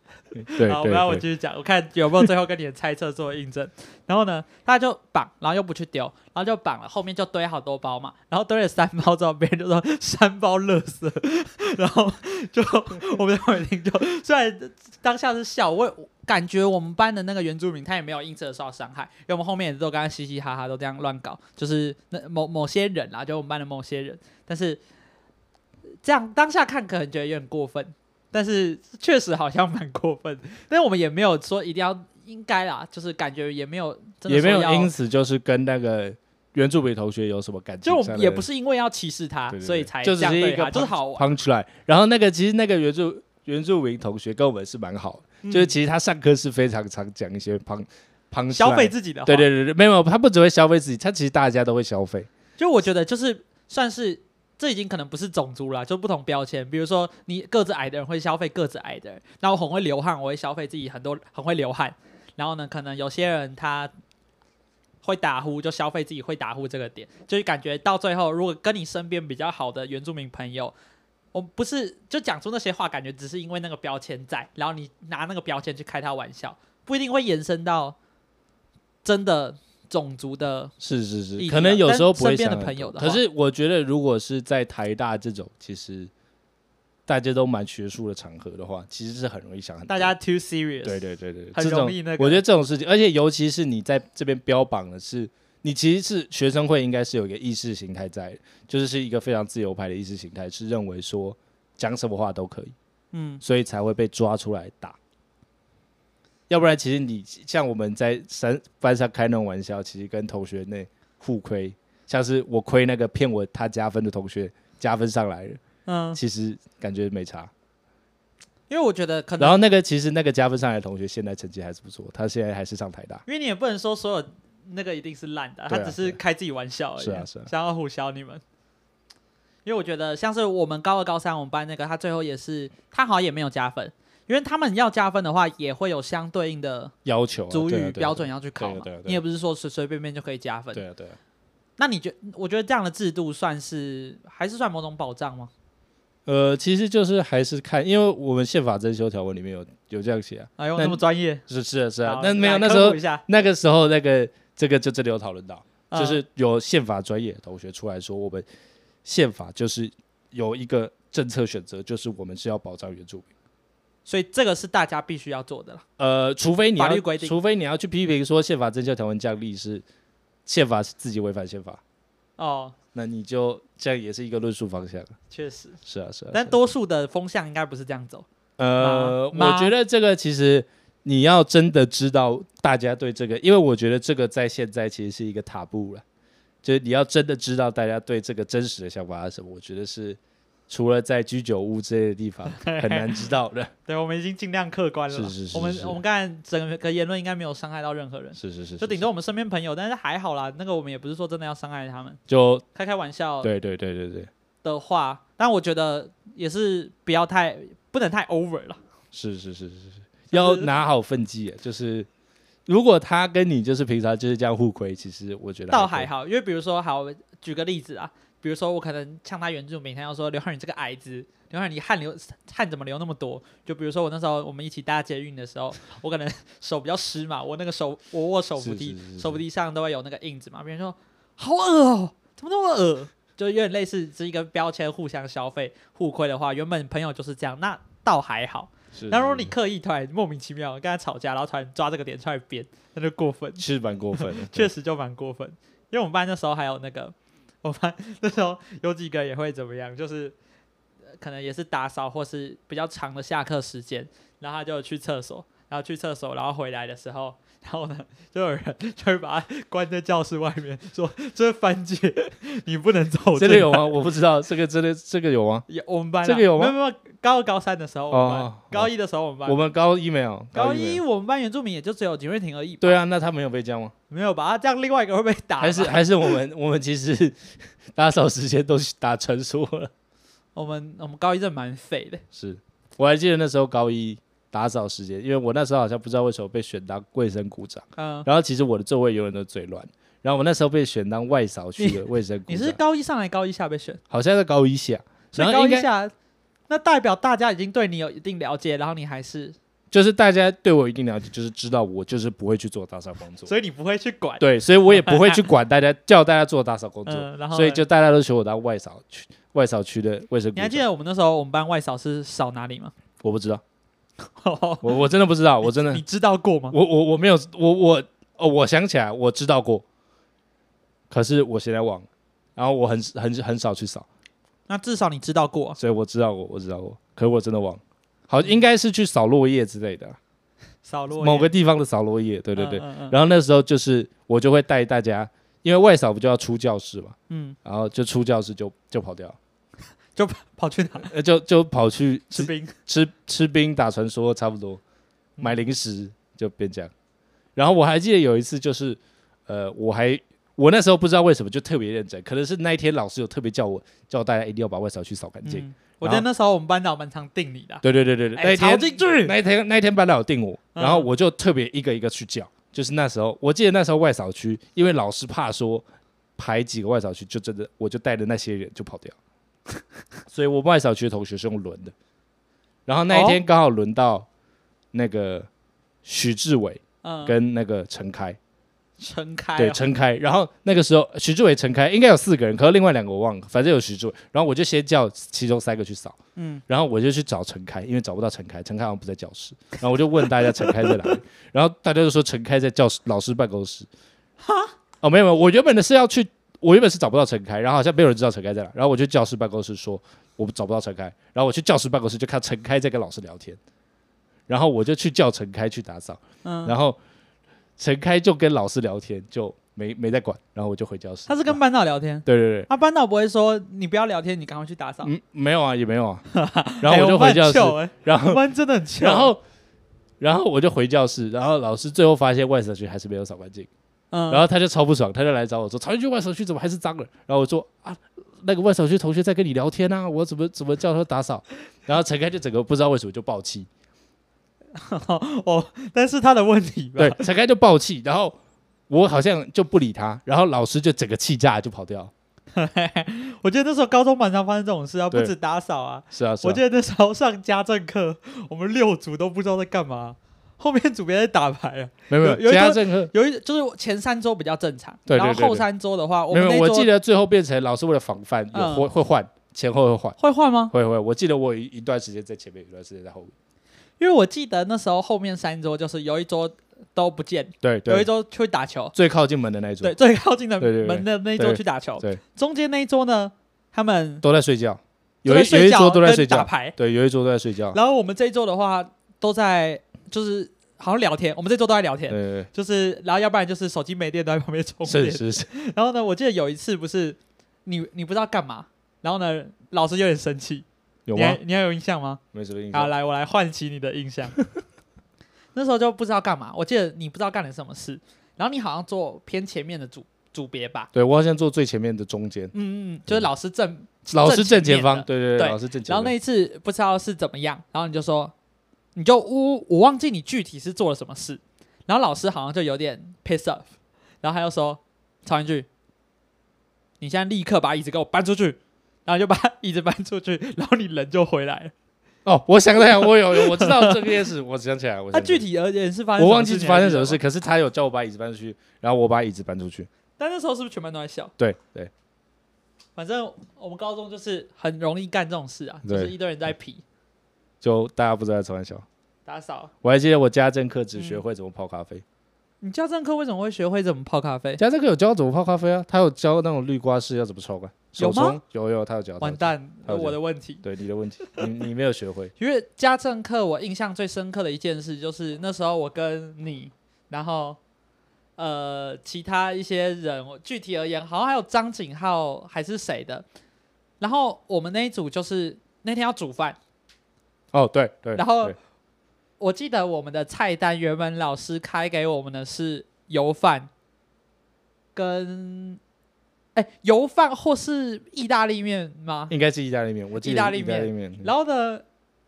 Speaker 1: 对
Speaker 2: 好，
Speaker 1: 对
Speaker 2: 不要我
Speaker 1: 对
Speaker 2: 继续讲，我看有没有最后跟你的猜测做印证。然后呢，他就绑，然后又不去丢，然后就绑了，后面就堆好多包嘛，然后堆了三包之后，别人就说三包垃圾， 然后就 我们在听就虽然当下是笑，我也感觉我们班的那个原住民他也没有因此受到伤害，因为我们后面也都跟他嘻嘻哈哈都这样乱搞，就是那某某些人啦，就我们班的某些人，但是这样当下看可能觉得有点过分。但是确实好像蛮过分的，但是我们也没有说一定要应该啦，就是感觉也没有真的
Speaker 1: 也没
Speaker 2: 说
Speaker 1: 有
Speaker 2: 要
Speaker 1: 因此就是跟那个原住民同学有什么感情
Speaker 2: 就我
Speaker 1: 上
Speaker 2: 们也
Speaker 1: 的
Speaker 2: 不是因为要歧视他，
Speaker 1: 对对对
Speaker 2: 啊所以才
Speaker 1: 就
Speaker 2: 这
Speaker 1: 只
Speaker 2: 样
Speaker 1: 是
Speaker 2: 对
Speaker 1: 一
Speaker 2: 他，
Speaker 1: 个
Speaker 2: 就是好玩。
Speaker 1: punch line，然后那个其实那个原住原住民同学跟我们是蛮好的。就是其实他上课是非常常讲一些胖胖
Speaker 2: 嗯消费
Speaker 1: 自
Speaker 2: 自己的话，
Speaker 1: 对对对对，没有没有他不只会消费自己，他其实大家都会消费。
Speaker 2: 就我觉得就是算是这已经可能不是种族啦，就不同标签。比如说你个子矮的人会消费个子矮的人，那我很会流汗，我会消费自己很多很会流汗。然后呢，可能有些人他会打呼，就消费自己会打呼这个点，就是感觉到最后，如果跟你身边比较好的原住民朋友。我不是就讲出那些话，感觉只是因为那个标签在，然后你拿那个标签去开他玩笑，不一定会延伸到真的种族的
Speaker 1: 是是是
Speaker 2: 议，题
Speaker 1: 可能
Speaker 2: 啊
Speaker 1: 有
Speaker 2: 但
Speaker 1: 时候不会
Speaker 2: 身边
Speaker 1: 想很
Speaker 2: 的朋
Speaker 1: 多
Speaker 2: 友的
Speaker 1: 可
Speaker 2: 话
Speaker 1: 是我觉得，如果是在台大这种其实大家都蛮学术的场合的话，其实是很容易想很多
Speaker 2: 大家 too serious。
Speaker 1: 对对对对，
Speaker 2: 很
Speaker 1: 这种
Speaker 2: 容易那个
Speaker 1: 我觉得这种事情，而且尤其是你在这边标榜的是，你其实是学生会应该是有一个意识形态在，就是是一个非常自由派的意识形态，是认为说讲什么话都可以。
Speaker 2: 嗯，
Speaker 1: 所以才会被抓出来打。要不然，其实你像我们在山班上开那种玩笑，其实跟同学那互亏，像是我亏那个骗我他加分的同学加分上来了，
Speaker 2: 嗯，
Speaker 1: 其实感觉没差。
Speaker 2: 因为我 觉得可
Speaker 1: 然
Speaker 2: 能，
Speaker 1: 后那个其实那个加分上来的同学现在成绩还是不错，他现在还是上台大。
Speaker 2: 因为你也不能说所有那个一定是烂的啊、他
Speaker 1: 对啊
Speaker 2: 只是开自己玩笑而已，
Speaker 1: 是啊是啊
Speaker 2: 想要唬笑你们。因为我觉得像是我们高二、高三，我们班那个他最后也是，他好像也没有加分，因为他们要加分的话，也会有相对应的
Speaker 1: 要求、啊、
Speaker 2: 主
Speaker 1: 对啊
Speaker 2: 语标准，要去考
Speaker 1: 对啊
Speaker 2: 嘛
Speaker 1: 对啊对啊。
Speaker 2: 你也不是说随随便便就可以加分。
Speaker 1: 对啊对啊对啊。
Speaker 2: 那你觉，我觉得这样的制度算是还是算某种保障吗？
Speaker 1: 呃，其实就是还是看，因为我们宪法增修条文里面有有这样写啊，
Speaker 2: 哎呦，
Speaker 1: 那
Speaker 2: 那么专业，
Speaker 1: 是是啊是啊
Speaker 2: 好，
Speaker 1: 那没有
Speaker 2: 来
Speaker 1: 那时
Speaker 2: 科
Speaker 1: 候
Speaker 2: 普一下
Speaker 1: 那个时候那个这个就真的有讨论到，就
Speaker 2: 嗯
Speaker 1: 是有宪法专业的同学出来说，我们宪法就是有一个政策选择，就是我们是要保障原住民。
Speaker 2: 所以这个是大家必须要做的啦。
Speaker 1: 呃，除非你
Speaker 2: 法
Speaker 1: 要
Speaker 2: 律规，定
Speaker 1: 除非你要去批评说宪法增效条文降力是宪法是自己违反宪法，
Speaker 2: 哦，
Speaker 1: 那你就这样也是一个论述方向。
Speaker 2: 确实。
Speaker 1: 是啊，是啊。
Speaker 2: 但
Speaker 1: 是啊
Speaker 2: 多数的风向应该不是这样走。
Speaker 1: 呃，
Speaker 2: 妈
Speaker 1: 我觉得这个其实你要真的知道大家对这个，因为我觉得这个在现在其实是一个塔布了，就是你要真的知道大家对这个真实的想法是什么，我觉得是除了在居酒屋之类的地方很难知道 的。
Speaker 2: 对，我们已经尽量客观了啦。
Speaker 1: 是是是
Speaker 2: 我们
Speaker 1: 是
Speaker 2: 我们刚才整个言论应该没有伤害到任何人，
Speaker 1: 是是是，
Speaker 2: 就顶
Speaker 1: 是
Speaker 2: 多我们身边朋友，但是还好啦。那个我们也不是说真的要伤害他们，
Speaker 1: 就
Speaker 2: 开开玩笑
Speaker 1: 对对对对对，
Speaker 2: 的话，但我觉得也是不要太不能太 over 了。
Speaker 1: 是是是是是，要拿好分际，就是。如果他跟你就是平常就是这样互亏，其实我觉得
Speaker 2: 倒
Speaker 1: 还
Speaker 2: 还
Speaker 1: 好。
Speaker 2: 好，因为比如说，好，我举个例子啊，比如说我可能呛他原著，每天要说刘浩宇这个矮子，刘浩宇你汗流汗怎么流那么多？就比如说我那时候我们一起搭捷运的时候，我可能 手比较湿嘛，我那个手我握手扶
Speaker 1: 是
Speaker 2: 梯
Speaker 1: 是是，是
Speaker 2: 手扶梯上都会有那个印子嘛，别人说好恶哦，怎么那么恶？就有点类似是一个标签互相消费互亏的话，原本朋友就是这样，那倒还好。
Speaker 1: 是
Speaker 2: 那如果你
Speaker 1: 是
Speaker 2: 刻意突然莫名其妙跟他吵架，然后突然抓这个点出来编，那就过分。
Speaker 1: 是蛮过 分的，
Speaker 2: 确实就蛮过分。因为我们班那时候还有那个，我们班那时候有几个也会怎么样，就是呃可能也是打扫或是比较长的下课时间，然后他就去厕所，然后去厕所，然后回来的时候，然后呢，就有人就会把他关在教室外面，说这是番姐，你不能走。
Speaker 1: 真的有？吗？我不知道这个真的这个有吗？
Speaker 2: 有我们班啊
Speaker 1: 这个有吗
Speaker 2: 没有没有，高二高三的时候我们班，
Speaker 1: 哦
Speaker 2: 高一的时候我们班，
Speaker 1: 我们高一没有，
Speaker 2: 高
Speaker 1: 没
Speaker 2: 一
Speaker 1: 有
Speaker 2: 我们班原住民也就只有景瑞婷而已，
Speaker 1: 对啊，那他没有被这样吗？
Speaker 2: 没有吧？啊这样另外一个会被打吧，
Speaker 1: 还是还是我们 我们其实打扫时间都是打传说了。
Speaker 2: 我们我们高一真的蛮废的。
Speaker 1: 是，我还记得那时候高一打扫时间，因为我那时候好像不知道为什么被选当卫生股长，
Speaker 2: 嗯，
Speaker 1: 然后其实我的座位永远都最乱，然后我那时候被选当外扫区的卫生股长，
Speaker 2: 你是高一上来高一下被选，
Speaker 1: 好像在高一下，
Speaker 2: 所
Speaker 1: 然
Speaker 2: 以
Speaker 1: 后
Speaker 2: 高
Speaker 1: 应
Speaker 2: 一
Speaker 1: 该
Speaker 2: 下，那代表大家已经对你有一定了解，然后你还是，
Speaker 1: 就是大家对我一定了解，就是知道我就是不会去做打扫工作，
Speaker 2: 所以你不会去管。
Speaker 1: 对，所以我也不会 去管大家叫大家做打扫工作，
Speaker 2: 嗯，然后
Speaker 1: 所以
Speaker 2: 呢
Speaker 1: 就大家都选我当外扫区外扫区的卫生股
Speaker 2: 你还记
Speaker 1: 长，
Speaker 2: 得我们那时候我们班外扫是扫哪里 吗？
Speaker 1: 我不知道。我我真的不知道，我 真的
Speaker 2: 你，知道过吗？
Speaker 1: 我我我没有，我我哦，我想起来，我知道过，可是我现在忘了，然后我很很很少去扫，
Speaker 2: 那至少你知道过啊、
Speaker 1: 所以我知道过，我知道过，可是我真的忘了，好，应该是去扫落叶之类的，
Speaker 2: 扫落叶
Speaker 1: 某个地方的扫落叶，对对对，
Speaker 2: 嗯嗯嗯
Speaker 1: 然后那时候就是我就会带大家，因为外扫不就要出教室嘛，
Speaker 2: 嗯，
Speaker 1: 然后就出教室就就跑掉，
Speaker 2: 就跑去哪
Speaker 1: 呃，就就跑去吃
Speaker 2: 吃 冰？
Speaker 1: 吃吃冰打传说差不多，
Speaker 2: 嗯
Speaker 1: 买零食就变这样。然后我还记得有一次就是，呃，我还我那时候不知道为什么就特别认真，可能是那一天老师有特别叫我叫大家一定要把外扫区扫干净。
Speaker 2: 嗯，我记得那时候我们班长蛮常定你的啊，
Speaker 1: 对对对对对，
Speaker 2: 哎
Speaker 1: 那
Speaker 2: 吵
Speaker 1: 一
Speaker 2: 进
Speaker 1: 天
Speaker 2: 去，
Speaker 1: 那一天那一天班长有定我，
Speaker 2: 嗯
Speaker 1: 然后我就特别一个一个去叫。就是那时候，我记得那时候外扫区，因为老师怕说排几个外扫区，就真的我就带着那些人就跑掉， 所以我外扫区的同学是用轮的。然后那一天刚好轮到那个徐志伟
Speaker 2: 嗯，
Speaker 1: 跟那个陈开，
Speaker 2: 撑开、哦，
Speaker 1: 对陈开。然后那个时候徐志伟、陈开应该有四个人，可是另外两个我忘了，反正有徐志伟。然后我就先叫其中三个去扫，
Speaker 2: 嗯，
Speaker 1: 然后我就去找陈开，因为找不到陈开，陈开好像不在教室。然后我就问大家陈开在哪 里，然后大家就说陈开在教室老师办公室。哈？哦，没有没有，我原本的是要去，我原本是找不到陈开，然后好像没有人知道陈开在哪，然后我去教室办公室说我找不到陈开，然后我去教室办公室就看陈开在跟老师聊天，然后我就去叫陈开去打扫，
Speaker 2: 嗯
Speaker 1: 然后陈开就跟老师聊天，就没没在管，然后我就回教室。
Speaker 2: 他是跟班长聊天，
Speaker 1: 对对对。
Speaker 2: 他、班长不会说你不要聊天，你赶快去打扫。
Speaker 1: 嗯，没有啊，也没有啊，然后
Speaker 2: 哎
Speaker 1: 我就
Speaker 2: 们班
Speaker 1: 回教
Speaker 2: 很
Speaker 1: 室，
Speaker 2: 糗哎
Speaker 1: 然后
Speaker 2: 我们班真的很 糗。
Speaker 1: 然后，然后我就回教室，然后老师最后发现外扫区还是没有扫干净，
Speaker 2: 嗯，
Speaker 1: 然后他就超不爽，他就来找我说：“曹云君，外扫区怎么还是脏了？”然后我说：“啊，那个外扫区同学在跟你聊天啊，我怎么怎么叫他打扫？” 然后陈开就整个不知道为什么就爆气，
Speaker 2: 哦，但是他的问题吧，
Speaker 1: 对， 陈开就爆气，然后我好像就不理他，然后老师就整个气炸就跑掉。
Speaker 2: 我记得那时候高中蛮常发生这种事啊，不
Speaker 1: 对
Speaker 2: 止打扫啊，
Speaker 1: 是啊，是
Speaker 2: 我
Speaker 1: 啊
Speaker 2: 记，得那时候上家政课，我们六组都不知道在干嘛，后面组别在打牌啊。
Speaker 1: 没有没
Speaker 2: 有有一
Speaker 1: 其他
Speaker 2: 个
Speaker 1: 政课
Speaker 2: 有一就是前三周比较正常，
Speaker 1: 对对
Speaker 2: 然
Speaker 1: 对
Speaker 2: 后
Speaker 1: 对
Speaker 2: 后三周的话，我
Speaker 1: 没
Speaker 2: 们
Speaker 1: 有，
Speaker 2: 那一
Speaker 1: 我
Speaker 2: 桌
Speaker 1: 记得最后变成老师为了防范有
Speaker 2: 嗯
Speaker 1: 会会换前后会换。
Speaker 2: 会换吗？
Speaker 1: 会会，我记得我有一一段时间在前面，一段时间在后面。
Speaker 2: 因为我记得那时候后面三桌就是有一桌都不见，
Speaker 1: 对
Speaker 2: 有一
Speaker 1: 对，
Speaker 2: 桌去打球，
Speaker 1: 最靠近门的那一组
Speaker 2: 对，，最靠近的
Speaker 1: 对对对
Speaker 2: 门的那一桌
Speaker 1: 对
Speaker 2: 去打球，
Speaker 1: 对
Speaker 2: 中间那一桌呢，他们
Speaker 1: 都在睡觉，有
Speaker 2: 在
Speaker 1: 一有
Speaker 2: 睡
Speaker 1: 一
Speaker 2: 觉
Speaker 1: 桌都在
Speaker 2: 跟
Speaker 1: 睡
Speaker 2: 打
Speaker 1: 觉，啊
Speaker 2: 牌，
Speaker 1: 对，有一桌都在睡觉。
Speaker 2: 然后我们这一周的话，都在就是好像聊天，我们这周都在聊天，
Speaker 1: 对，
Speaker 2: 就是然后要不然就是手机没电都在旁边充
Speaker 1: 是
Speaker 2: 电。
Speaker 1: 是是，
Speaker 2: 然后呢，我记得有一次不是你你不知道干嘛，然后呢，老师有点生气，
Speaker 1: 有
Speaker 2: 你
Speaker 1: 吗
Speaker 2: 还？你还有印象吗？
Speaker 1: 没什么印
Speaker 2: 好，
Speaker 1: 象。
Speaker 2: 来我来唤起你的印象。 那时候就不知道干嘛，我记得你不知道干了什么事，然后你好像坐偏前面的组组别吧，
Speaker 1: 对我好像坐最前面的中间，
Speaker 2: 嗯嗯嗯，就是老师正，
Speaker 1: 老师正前
Speaker 2: 前面
Speaker 1: 方，
Speaker 2: 的
Speaker 1: 对对
Speaker 2: 对
Speaker 1: 老师正前
Speaker 2: 然
Speaker 1: 方。
Speaker 2: 后那一次不知道是怎么样，然后你就说，你就呜，我忘记你具体是做了什么事，然后老师好像就有点 piss off，然后他就说，曹云句，你现在立刻把椅子给我搬出去，然后就把椅子搬出去，然后你人就回来了。
Speaker 1: 哦，我想想，我有，有我知道这件 事，我想起来，我
Speaker 2: 他、
Speaker 1: 想起来
Speaker 2: 啊具体而言是发生
Speaker 1: 我
Speaker 2: 什么
Speaker 1: 忘记
Speaker 2: 事
Speaker 1: 发生什么，
Speaker 2: 你还记
Speaker 1: 事，
Speaker 2: 得吗
Speaker 1: 可是他有叫我把椅子搬出去，然后我把椅子搬出去。
Speaker 2: 但那时候是不是全班都在笑？
Speaker 1: 对对，
Speaker 2: 反正我们高中就是很容易干这种事啊，就
Speaker 1: 对
Speaker 2: 是一堆人在皮
Speaker 1: 就大家不知道在开玩笑。
Speaker 2: 打扫。
Speaker 1: 我还记得我家政课只学会怎么泡咖
Speaker 2: 嗯
Speaker 1: 啡，
Speaker 2: 你家政课为什么会学会怎么泡咖啡？
Speaker 1: 家政课有教怎么泡咖啡啊，他有教那种绿瓜式要怎么冲啊，手
Speaker 2: 有吗
Speaker 1: 冲有有，他有教。他有
Speaker 2: 完
Speaker 1: 教，
Speaker 2: 蛋，
Speaker 1: 还有这
Speaker 2: 我的问题。
Speaker 1: 对你的问题，你你没有学会。
Speaker 2: 因为家政课，我印象最深刻的一件事就是那时候我跟你，然后呃其他一些人，我具体而言好像还有张景浩还是谁的，然后我们那一组就是那天要煮饭，
Speaker 1: 哦，对对。
Speaker 2: 然后
Speaker 1: 对
Speaker 2: 我记得我们的菜单原本老师开给我们的是油饭跟哎油饭或是意大利面吗？
Speaker 1: 应该是意大利面，我记得
Speaker 2: 意大利
Speaker 1: 意大利面。
Speaker 2: 然后呢，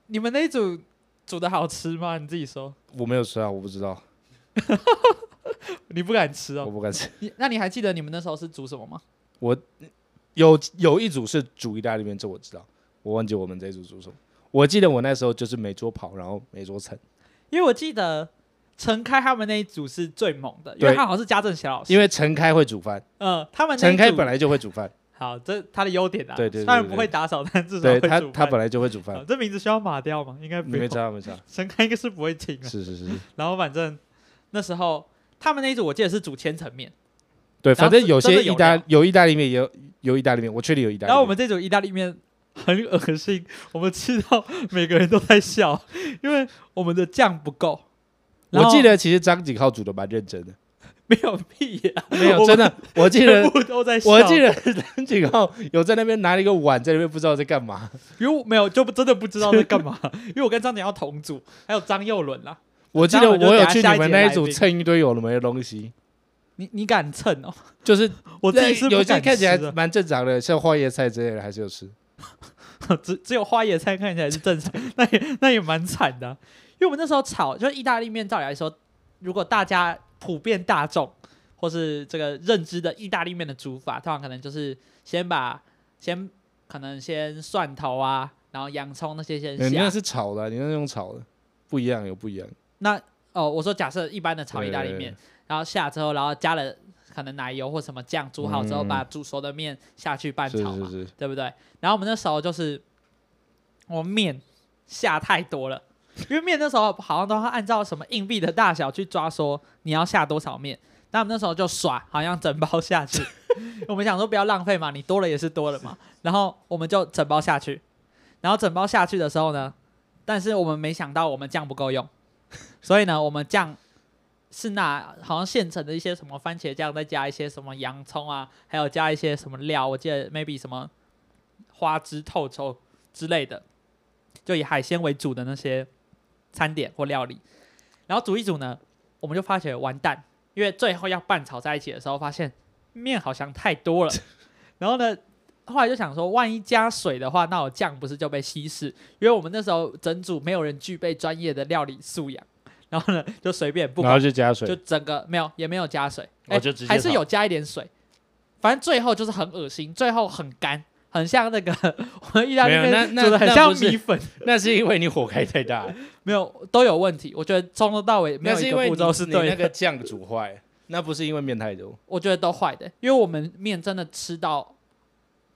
Speaker 2: 你们那一组煮的好吃吗？你自己说，
Speaker 1: 我没有吃啊，我不知道，
Speaker 2: 你不敢吃
Speaker 1: 我
Speaker 2: 哦。
Speaker 1: 不敢吃。
Speaker 2: 你那你还记得你们那时候是煮什么吗？
Speaker 1: 有有一组是煮意大利面，这我知道，我忘记我们这一组煮什么。我记得我那时候就是每桌跑，然后每桌蹭，
Speaker 2: 因为我记得陈开他们那一组是最猛的，因
Speaker 1: 对
Speaker 2: 为他好像是家政小老师。
Speaker 1: 因
Speaker 2: 为
Speaker 1: 为陈开会煮饭，
Speaker 2: 嗯，他们那
Speaker 1: 陈
Speaker 2: 一
Speaker 1: 开
Speaker 2: 组
Speaker 1: 本来就会煮 饭，
Speaker 2: 好，这他的优点啊，
Speaker 1: 对对对
Speaker 2: 虽然
Speaker 1: 对
Speaker 2: 不会打扫，但至少
Speaker 1: 对
Speaker 2: 会
Speaker 1: 他
Speaker 2: 煮
Speaker 1: 他
Speaker 2: 饭
Speaker 1: 本来就会煮 饭
Speaker 2: 好，这名字需要码掉吗？应该不
Speaker 1: 没
Speaker 2: 用。
Speaker 1: 差没 差，
Speaker 2: 陈开应该是不会听的。
Speaker 1: 是是是是，
Speaker 2: 然后反正那时候他们那一组我记得是煮千层面，
Speaker 1: 对，
Speaker 2: 然
Speaker 1: 反
Speaker 2: 后
Speaker 1: 正
Speaker 2: 是
Speaker 1: 有
Speaker 2: 真
Speaker 1: 些
Speaker 2: 的有
Speaker 1: 意大
Speaker 2: 料
Speaker 1: 有意大利面，也有有意大利面，我确定有意大利面。
Speaker 2: 然后我们这组意大利面很恶心，我们吃到每个人都在笑， 因为我们的酱不够。然
Speaker 1: 我
Speaker 2: 后
Speaker 1: 记得其实张景浩煮的蛮认真的，
Speaker 2: 没有屁呀、
Speaker 1: 没
Speaker 2: 我
Speaker 1: 有
Speaker 2: 们
Speaker 1: 真的，我记
Speaker 2: 全
Speaker 1: 得
Speaker 2: 部都 在笑。
Speaker 1: 我记得张景浩有在那边拿了一个碗在那边不知道在干 嘛，
Speaker 2: 因为我没有就不真的不知道在干嘛， 因为我跟张景耀同组，还有张佑伦啦。
Speaker 1: 我记
Speaker 2: 当
Speaker 1: 得
Speaker 2: 然我就
Speaker 1: 我有
Speaker 2: 等下
Speaker 1: 去
Speaker 2: 下
Speaker 1: 你
Speaker 2: 一
Speaker 1: 们
Speaker 2: 节
Speaker 1: 那一
Speaker 2: 来
Speaker 1: 组
Speaker 2: 宾
Speaker 1: 蹭一堆有的没的东西，
Speaker 2: 你你敢蹭 哦？
Speaker 1: 就是
Speaker 2: 我自己是
Speaker 1: 有
Speaker 2: 不
Speaker 1: 些
Speaker 2: 敢
Speaker 1: 看起来
Speaker 2: 吃的
Speaker 1: 蛮正常的，像花椰菜之类的还是有吃。
Speaker 2: 只只有花椰菜看起来是正常， 那也那也蛮惨的啊、因为我们那时候炒，就是意大利面，照理来说，如果大家普遍大众或是这个认知的意大利面的煮法，通常可能就是先把先可能先蒜头啊，然后洋葱那些先
Speaker 1: 呃你那
Speaker 2: 下。
Speaker 1: 是炒的啊，你那是用炒的，不一样有不一样。
Speaker 2: 那哦，我说假设一般的炒意大利
Speaker 1: 对对
Speaker 2: 面
Speaker 1: 对，
Speaker 2: 然后下之后，然后加了可能奶油或什么酱，煮好之后
Speaker 1: 嗯
Speaker 2: 把煮熟的面下去拌
Speaker 1: 是
Speaker 2: 炒嘛
Speaker 1: 是。是，
Speaker 2: 对不对？然后我们那时候就是我们面下太多了，因为面那时候好像都要按照什么硬币的大小去抓，说你要下多少面。那我们那时候就耍，好像整包下去。 我们想说不要浪费嘛，你多了也是多了嘛。然后我们就整包下去，然后整包下去的时候呢，但是我们没想到我们酱不够用， 所以呢，我们酱是拿好像现成的一些什么番茄酱，再加一些什么洋葱啊，还有加一些什么料，我记得 maybe 什么花枝透抽之类的，就以海鲜为主的那些餐点或料理。然后煮一煮呢，我们就发觉完蛋，因为最后要拌炒在一起的时候，发现面好像太多了。然后呢，后来就想说，万一加水的话，那我酱不是就被稀释？因为我们那时候整组没有人具备专业的料理素养，然后呢就随便不
Speaker 1: 然
Speaker 2: 管
Speaker 1: 后就加
Speaker 2: 就
Speaker 1: 水，
Speaker 2: 整个没有，也没有加水，
Speaker 1: 哦
Speaker 2: 哎
Speaker 1: 就直接
Speaker 2: 还是
Speaker 1: 炒
Speaker 2: 有加一点水，反正最后就是很恶心，最后很干，很像那个 我们意大利
Speaker 1: 没有那
Speaker 2: 面
Speaker 1: 那
Speaker 2: 煮的很
Speaker 1: 那
Speaker 2: 像
Speaker 1: 不是
Speaker 2: 米粉，
Speaker 1: 那是因为你火开太 大，
Speaker 2: 没有都有问题。我觉得从头到尾
Speaker 1: 那
Speaker 2: 没有
Speaker 1: 是
Speaker 2: 一
Speaker 1: 因
Speaker 2: 个
Speaker 1: 为
Speaker 2: 步
Speaker 1: 你
Speaker 2: 骤是
Speaker 1: 你
Speaker 2: 对
Speaker 1: 那
Speaker 2: 的，
Speaker 1: 个酱煮坏，那不是因为面太 多。
Speaker 2: 我觉得都坏的，因为我们面真的吃到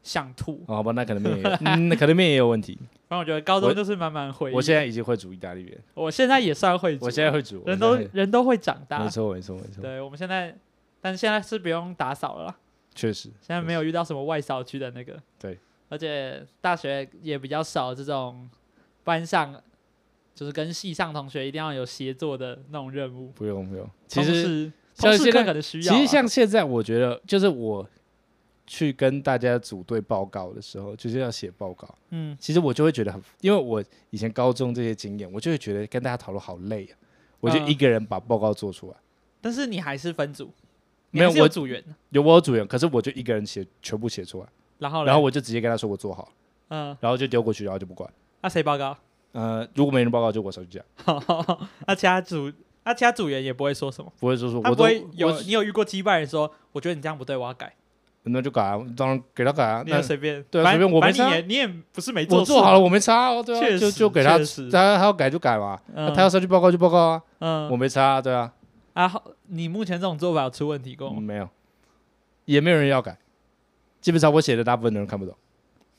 Speaker 2: 想吐。
Speaker 1: 哦好吧，那可能面也有， 嗯，那可能面也有问题。
Speaker 2: 反正我觉得高中
Speaker 1: 我
Speaker 2: 就是满满回忆。
Speaker 1: 我现在已经会煮意大利面，
Speaker 2: 我现在也算会煮了，
Speaker 1: 我现在会煮，我
Speaker 2: 人都
Speaker 1: 现
Speaker 2: 人都会长
Speaker 1: 在
Speaker 2: 大
Speaker 1: 没。错没错没错，
Speaker 2: 对，我们现在，但是现在是不用打扫了啦。
Speaker 1: 确实
Speaker 2: 现在没有遇到什么外扫区的那个。
Speaker 1: 对，
Speaker 2: 而且大学也比较少这种班上，就是跟系上同学一定要有协作的那种任务。
Speaker 1: 不用不用。其
Speaker 2: 同
Speaker 1: 实
Speaker 2: 时
Speaker 1: 像
Speaker 2: 同事
Speaker 1: 现在
Speaker 2: 更可能需要啊、
Speaker 1: 其实像现在，我觉得就是我去跟大家组队报告的时候，就是要写报告，
Speaker 2: 嗯，
Speaker 1: 其实我就会觉得很，因为我以前高中这些经验，我就会觉得跟大家讨论好累啊，我就
Speaker 2: 嗯
Speaker 1: 一个人把报告做出来。
Speaker 2: 但是你还是分组，
Speaker 1: 没有
Speaker 2: 你还是有
Speaker 1: 我
Speaker 2: 组员，
Speaker 1: 有我有组员，可是我就一个人写全部写出来，
Speaker 2: 然后嘞
Speaker 1: 然后我就直接跟他说我做好了，
Speaker 2: 嗯，
Speaker 1: 然后就丢过去，然后就不管。
Speaker 2: 那谁报告？
Speaker 1: 呃，如果没人报告，就我手机啊讲，
Speaker 2: 那其他组那其他组员也不会说什么，
Speaker 1: 不会说说
Speaker 2: 他
Speaker 1: 我
Speaker 2: 不
Speaker 1: 都
Speaker 2: 会有
Speaker 1: 我
Speaker 2: 你有遇过击败人说，我觉得你这样不对，我要改，
Speaker 1: 那就改啊，当然给他改啊。
Speaker 2: 你
Speaker 1: 那
Speaker 2: 就随便，
Speaker 1: 对啊
Speaker 2: 反正
Speaker 1: 随便我没
Speaker 2: 反正你
Speaker 1: 差
Speaker 2: 也你也不是没
Speaker 1: 我
Speaker 2: 事
Speaker 1: 做好了，，我没差哦，对
Speaker 2: 确
Speaker 1: 啊，就
Speaker 2: 实
Speaker 1: 就给他
Speaker 2: 确实，
Speaker 1: 他他要改就改嘛，
Speaker 2: 嗯
Speaker 1: 那他要上去报告就报告啊，
Speaker 2: 嗯，
Speaker 1: 我没差啊，对啊，嗯
Speaker 2: 啊，好你目前这种做法有出问题过吗？
Speaker 1: 没有，也没有人要改，基本上我写的大部分的人看不懂，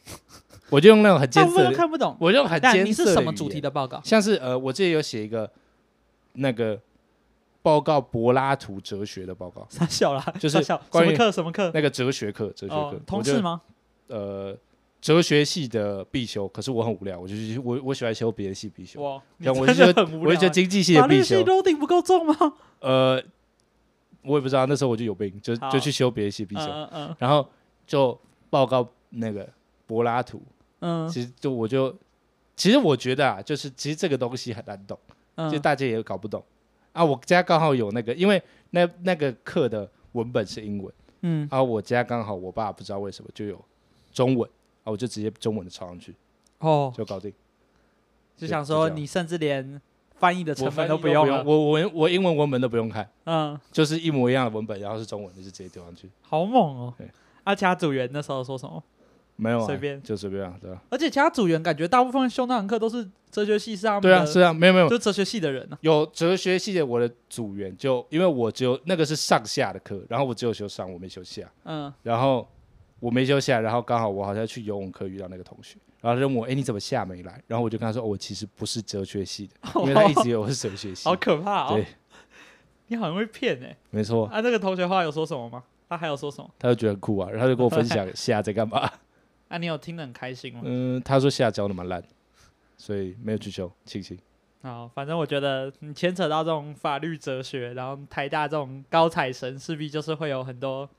Speaker 1: 我就用那种嗯很
Speaker 2: 大
Speaker 1: 艰
Speaker 2: 部
Speaker 1: 涩
Speaker 2: 分都
Speaker 1: 的，
Speaker 2: 看不懂。
Speaker 1: 我就用很
Speaker 2: 那
Speaker 1: 艰涩
Speaker 2: 你是什么
Speaker 1: 语
Speaker 2: 主
Speaker 1: 言
Speaker 2: 题 的报告？
Speaker 1: 像是呃，我之前有写一个那个报告柏拉图哲学的报告，
Speaker 2: 傻笑啦，
Speaker 1: 就是
Speaker 2: 傻笑什
Speaker 1: 关于
Speaker 2: 么课 什么课？
Speaker 1: 那个哲学课，哲学课，
Speaker 2: 哦
Speaker 1: 我，
Speaker 2: 同
Speaker 1: 就
Speaker 2: 事吗？
Speaker 1: 呃，哲学系的必修，可是我很无聊，我就去我我喜欢修别的系必修，
Speaker 2: 哇，你
Speaker 1: 像我
Speaker 2: 真
Speaker 1: 就
Speaker 2: 的
Speaker 1: 觉
Speaker 2: 很无
Speaker 1: 我就
Speaker 2: 聊
Speaker 1: 觉得
Speaker 2: 欸。
Speaker 1: 经济系
Speaker 2: 法
Speaker 1: 的必
Speaker 2: 律系
Speaker 1: 修，
Speaker 2: 楼顶不够重吗？
Speaker 1: 呃，我也不知道，那时候我就有病，就就
Speaker 2: 好
Speaker 1: 去修别的系必修，
Speaker 2: 嗯嗯
Speaker 1: 然后就报告那个柏拉图，
Speaker 2: 嗯
Speaker 1: 其实就我就。其实我觉得啊，就是其实这个东西很难懂。
Speaker 2: 嗯，
Speaker 1: 就大家也搞不懂啊。我家刚好有那个，因为那那个课的文本是英文
Speaker 2: 嗯
Speaker 1: 啊，我家刚好我爸不知道为什么就有中文啊，我就直接中文的抄上去
Speaker 2: 哦，
Speaker 1: 就搞定，
Speaker 2: 就想
Speaker 1: 就
Speaker 2: 说
Speaker 1: 这样
Speaker 2: 你甚至连翻译的
Speaker 1: 我
Speaker 2: 成
Speaker 1: 翻
Speaker 2: 本
Speaker 1: 译
Speaker 2: 都
Speaker 1: 都
Speaker 2: 不
Speaker 1: 不
Speaker 2: 用
Speaker 1: 了
Speaker 2: 了。
Speaker 1: 我我文我英文文本都不用看，
Speaker 2: 嗯，
Speaker 1: 就是一模一样的文本，然后是中文的就直接丢上去，
Speaker 2: 好猛哦
Speaker 1: 对！
Speaker 2: 啊，其他组员那时候说什么？
Speaker 1: 没有啊，
Speaker 2: 随便
Speaker 1: 就随便啊，对吧、
Speaker 2: 而且其他组员感觉大部分修那堂课都是哲学系上
Speaker 1: 对啊，是啊，没有没有。
Speaker 2: 就哲学系的人啊。
Speaker 1: 有哲学系的我的组员就，因为我只有那个是上下的课，然后我只有修上，我没修下。
Speaker 2: 嗯，
Speaker 1: 然后我没休下，然后刚好我好像去游泳课遇到那个同学，然后他就问我，哎，你怎么下没来？然后我就跟他说，哦我其实不是哲学 系的，因为他一直以为我是哲学系
Speaker 2: 好。可怕哦
Speaker 1: 对！，
Speaker 2: 你好像会骗哎。
Speaker 1: 没错，
Speaker 2: 啊，那个同学后来有说什么吗？他还有说什么？
Speaker 1: 他就觉得很酷啊，然后他就跟我分享夏在干嘛。
Speaker 2: 啊，你有听得很开心吗？
Speaker 1: 嗯，他说夏教的蛮烂，所以没有去修，庆幸。
Speaker 2: 啊，反正我觉得你牵扯到这种法律哲学，然后台大这种高材生，势必就是会有很多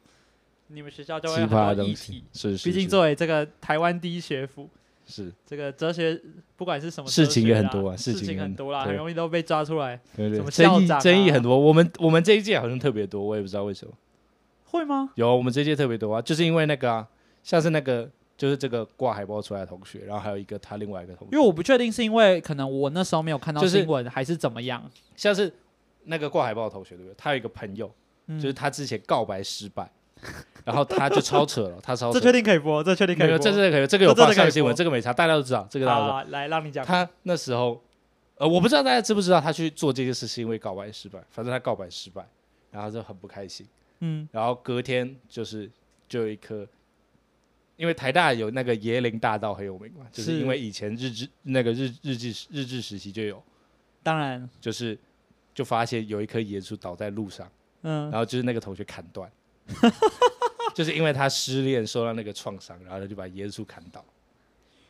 Speaker 2: 你们学校就会
Speaker 1: 奇
Speaker 2: 有
Speaker 1: 葩
Speaker 2: 很
Speaker 1: 的
Speaker 2: 多
Speaker 1: 东
Speaker 2: 议
Speaker 1: 西
Speaker 2: 题。
Speaker 1: 是，是
Speaker 2: 毕竟
Speaker 1: 是
Speaker 2: 作为这个台湾第一学府，
Speaker 1: 是
Speaker 2: 这个哲学不管是什么
Speaker 1: 事
Speaker 2: 哲
Speaker 1: 情
Speaker 2: 学
Speaker 1: 也很
Speaker 2: 啦
Speaker 1: 多啊
Speaker 2: 事
Speaker 1: 事情
Speaker 2: 很
Speaker 1: 很
Speaker 2: 多啦，
Speaker 1: 对
Speaker 2: 很容易都被抓出来。
Speaker 1: 对
Speaker 2: 什么
Speaker 1: 对，
Speaker 2: 校
Speaker 1: 争议
Speaker 2: 长啊
Speaker 1: 争议很多。我们我们这一届好像特别多，我也不知道为什么。
Speaker 2: 会吗？
Speaker 1: 有，我们这一届特别多啊，就是因为那个啊，像是那个就是这个挂海报出来的同学，然后还有一个他另外一个同学。
Speaker 2: 因为我不确定是因为可能我那时候没有看到
Speaker 1: 就是
Speaker 2: 新闻，还是怎么样。
Speaker 1: 像是那个挂海报的同学，对不对？他有一个朋友，
Speaker 2: 嗯
Speaker 1: 就是他之前告白失败，然后他就超扯了，他超扯
Speaker 2: 这确。定可以播，这确定可
Speaker 1: 哦没
Speaker 2: 以
Speaker 1: 有，
Speaker 2: 播。
Speaker 1: 这
Speaker 2: 是
Speaker 1: 这个可以，这个有
Speaker 2: 这真
Speaker 1: 放
Speaker 2: 的可以
Speaker 1: 上新
Speaker 2: 播
Speaker 1: 闻，这个没差，大家都知道，这个大家都知道。
Speaker 2: 啊，来让你讲。
Speaker 1: 他那时候，呃，我不知道大家知不知道，他去做这件事是因为告白失败，反正他告白失败，然后就很不开心，
Speaker 2: 嗯
Speaker 1: 然后隔天就是就有一颗。因为台大有那个椰林大道很有名嘛，就是
Speaker 2: 是
Speaker 1: 因为以前日治那个日日治日治时期就有，
Speaker 2: 当然，
Speaker 1: 就是就发现有一棵椰树倒在路上。
Speaker 2: 嗯
Speaker 1: 然，后就是那个同学砍 断，就是因为他失恋受到那个创伤，然后他就把耶稣砍倒。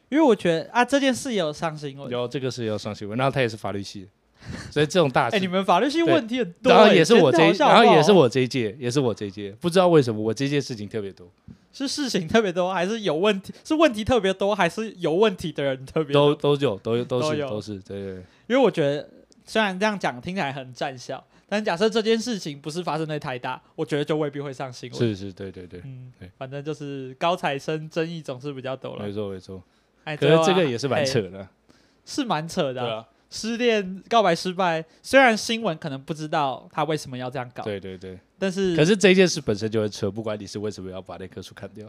Speaker 2: 因为我觉得啊，这件事也有上新闻。
Speaker 1: 然后这个是要上新闻，然后他也是法律系的，所以这种大
Speaker 2: 哎、
Speaker 1: 事，
Speaker 2: 你们法律系
Speaker 1: 对
Speaker 2: 问题很多、
Speaker 1: 然后也是
Speaker 2: 哎
Speaker 1: 我这一，
Speaker 2: 真的好笑
Speaker 1: 然后也是
Speaker 2: 好不好
Speaker 1: 我这一届，也是我这一届，不知道为什么我这一届事情特别多，
Speaker 2: 是事情特别多，还是有问题？是问题特别多，还是有问题的人特别多？
Speaker 1: 都都有，都有，都
Speaker 2: 都
Speaker 1: 是
Speaker 2: 有
Speaker 1: 都是，对对对，
Speaker 2: 因为我觉得虽然这样讲听起来很战校，但假设这件事情不是发生在台大，我觉得就未必会上新闻。
Speaker 1: 是是，对对对，
Speaker 2: 嗯
Speaker 1: 对，
Speaker 2: 反正就是高材生争议总是比较多
Speaker 1: 没
Speaker 2: 了。
Speaker 1: 错没错。
Speaker 2: 哎，
Speaker 1: 可
Speaker 2: 最后
Speaker 1: 是
Speaker 2: 啊
Speaker 1: 这个也是蛮，
Speaker 2: 哎
Speaker 1: 扯的，
Speaker 2: 是蛮扯的啊、
Speaker 1: 啊，
Speaker 2: 失恋告白失败，虽然新闻可能不知道他为什么要这样搞，
Speaker 1: 对对对。
Speaker 2: 但是
Speaker 1: 可是这件事本身就很扯，不管你是为什么要把那棵树砍掉，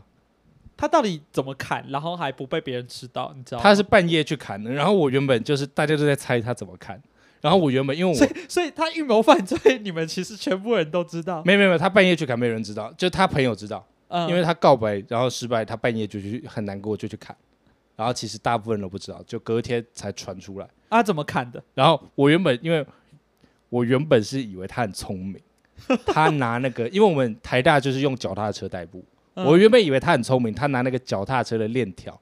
Speaker 2: 他到底怎么砍，然后还不被别人知道，你知道吗？
Speaker 1: 他是半夜去砍的，然后我原本就是大家都在猜他怎么砍，然后我原本因为我
Speaker 2: 所以，所以他预谋犯罪，你们其实全部人都知道。
Speaker 1: 没有没有没有，他半夜去砍，没有人知道，就他朋友知道，
Speaker 2: 嗯，
Speaker 1: 因为他告白然后失败，他半夜就去很难过就去砍，然后其实大部分人都不知道，就隔天才传出来。
Speaker 2: 啊，怎么砍的？
Speaker 1: 然后我原本因为我原本是以为他很聪 明，他拿那个，因为我们台大就是用脚踏车代步，
Speaker 2: 嗯
Speaker 1: 我原本以为他很聪明，他拿那个脚踏车的链条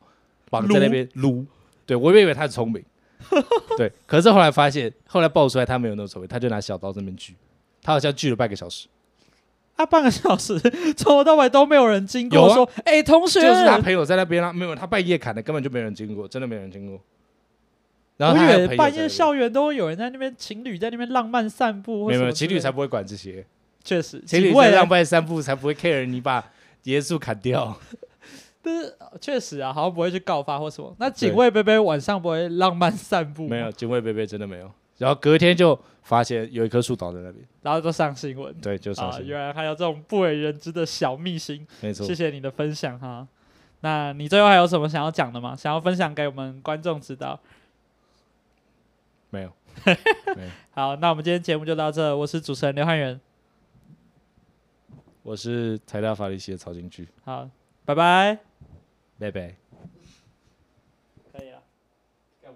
Speaker 1: 绑在那边撸，对我原本以为他很聪 明，对，可是后来发现，后来爆出来他没有那么聪明，他就拿小刀在那边锯，他好像锯了半个小时。
Speaker 2: 啊，半个小时 从头到尾都没有人经
Speaker 1: 有
Speaker 2: 过
Speaker 1: 啊
Speaker 2: 说，哎、同学，
Speaker 1: 就是他朋友在那边啊啦、没有他半夜砍的，根本就没人经过，真的没人经过。然后
Speaker 2: 我
Speaker 1: 他
Speaker 2: 以
Speaker 1: 还有
Speaker 2: 为
Speaker 1: 朋友
Speaker 2: 半
Speaker 1: 在
Speaker 2: 夜
Speaker 1: 那边
Speaker 2: 校园都会有人在那边情侣在那边浪漫散步或
Speaker 1: 没
Speaker 2: 什
Speaker 1: 有没有，
Speaker 2: 么之类的，
Speaker 1: 情侣才不会管这些，
Speaker 2: 确实，啊
Speaker 1: 情侣
Speaker 2: 请问
Speaker 1: 在浪漫散步才不会 care 你把椰树砍掉。
Speaker 2: 但是呃确实啊，好像不会去告发或什么。那警
Speaker 1: 对
Speaker 2: 卫贝贝晚上不会浪漫散步吗
Speaker 1: 没有，，警卫贝贝真的没有。然后隔天就发现有一棵树倒在那边，
Speaker 2: 然后就上新闻
Speaker 1: 对，就上
Speaker 2: 啊！
Speaker 1: 新闻、
Speaker 2: 原来还有这种不为人知的小秘辛，
Speaker 1: 没错
Speaker 2: 谢。谢你的分享哈。那你最后还有什么想要讲的吗？想要分享给我们观众知道？
Speaker 1: 没有，
Speaker 2: 好，那我们今天节目就到这，我是主持人刘汉元，
Speaker 1: 我是台大法律系的曹金居，
Speaker 2: 好，拜拜。
Speaker 1: 拜拜。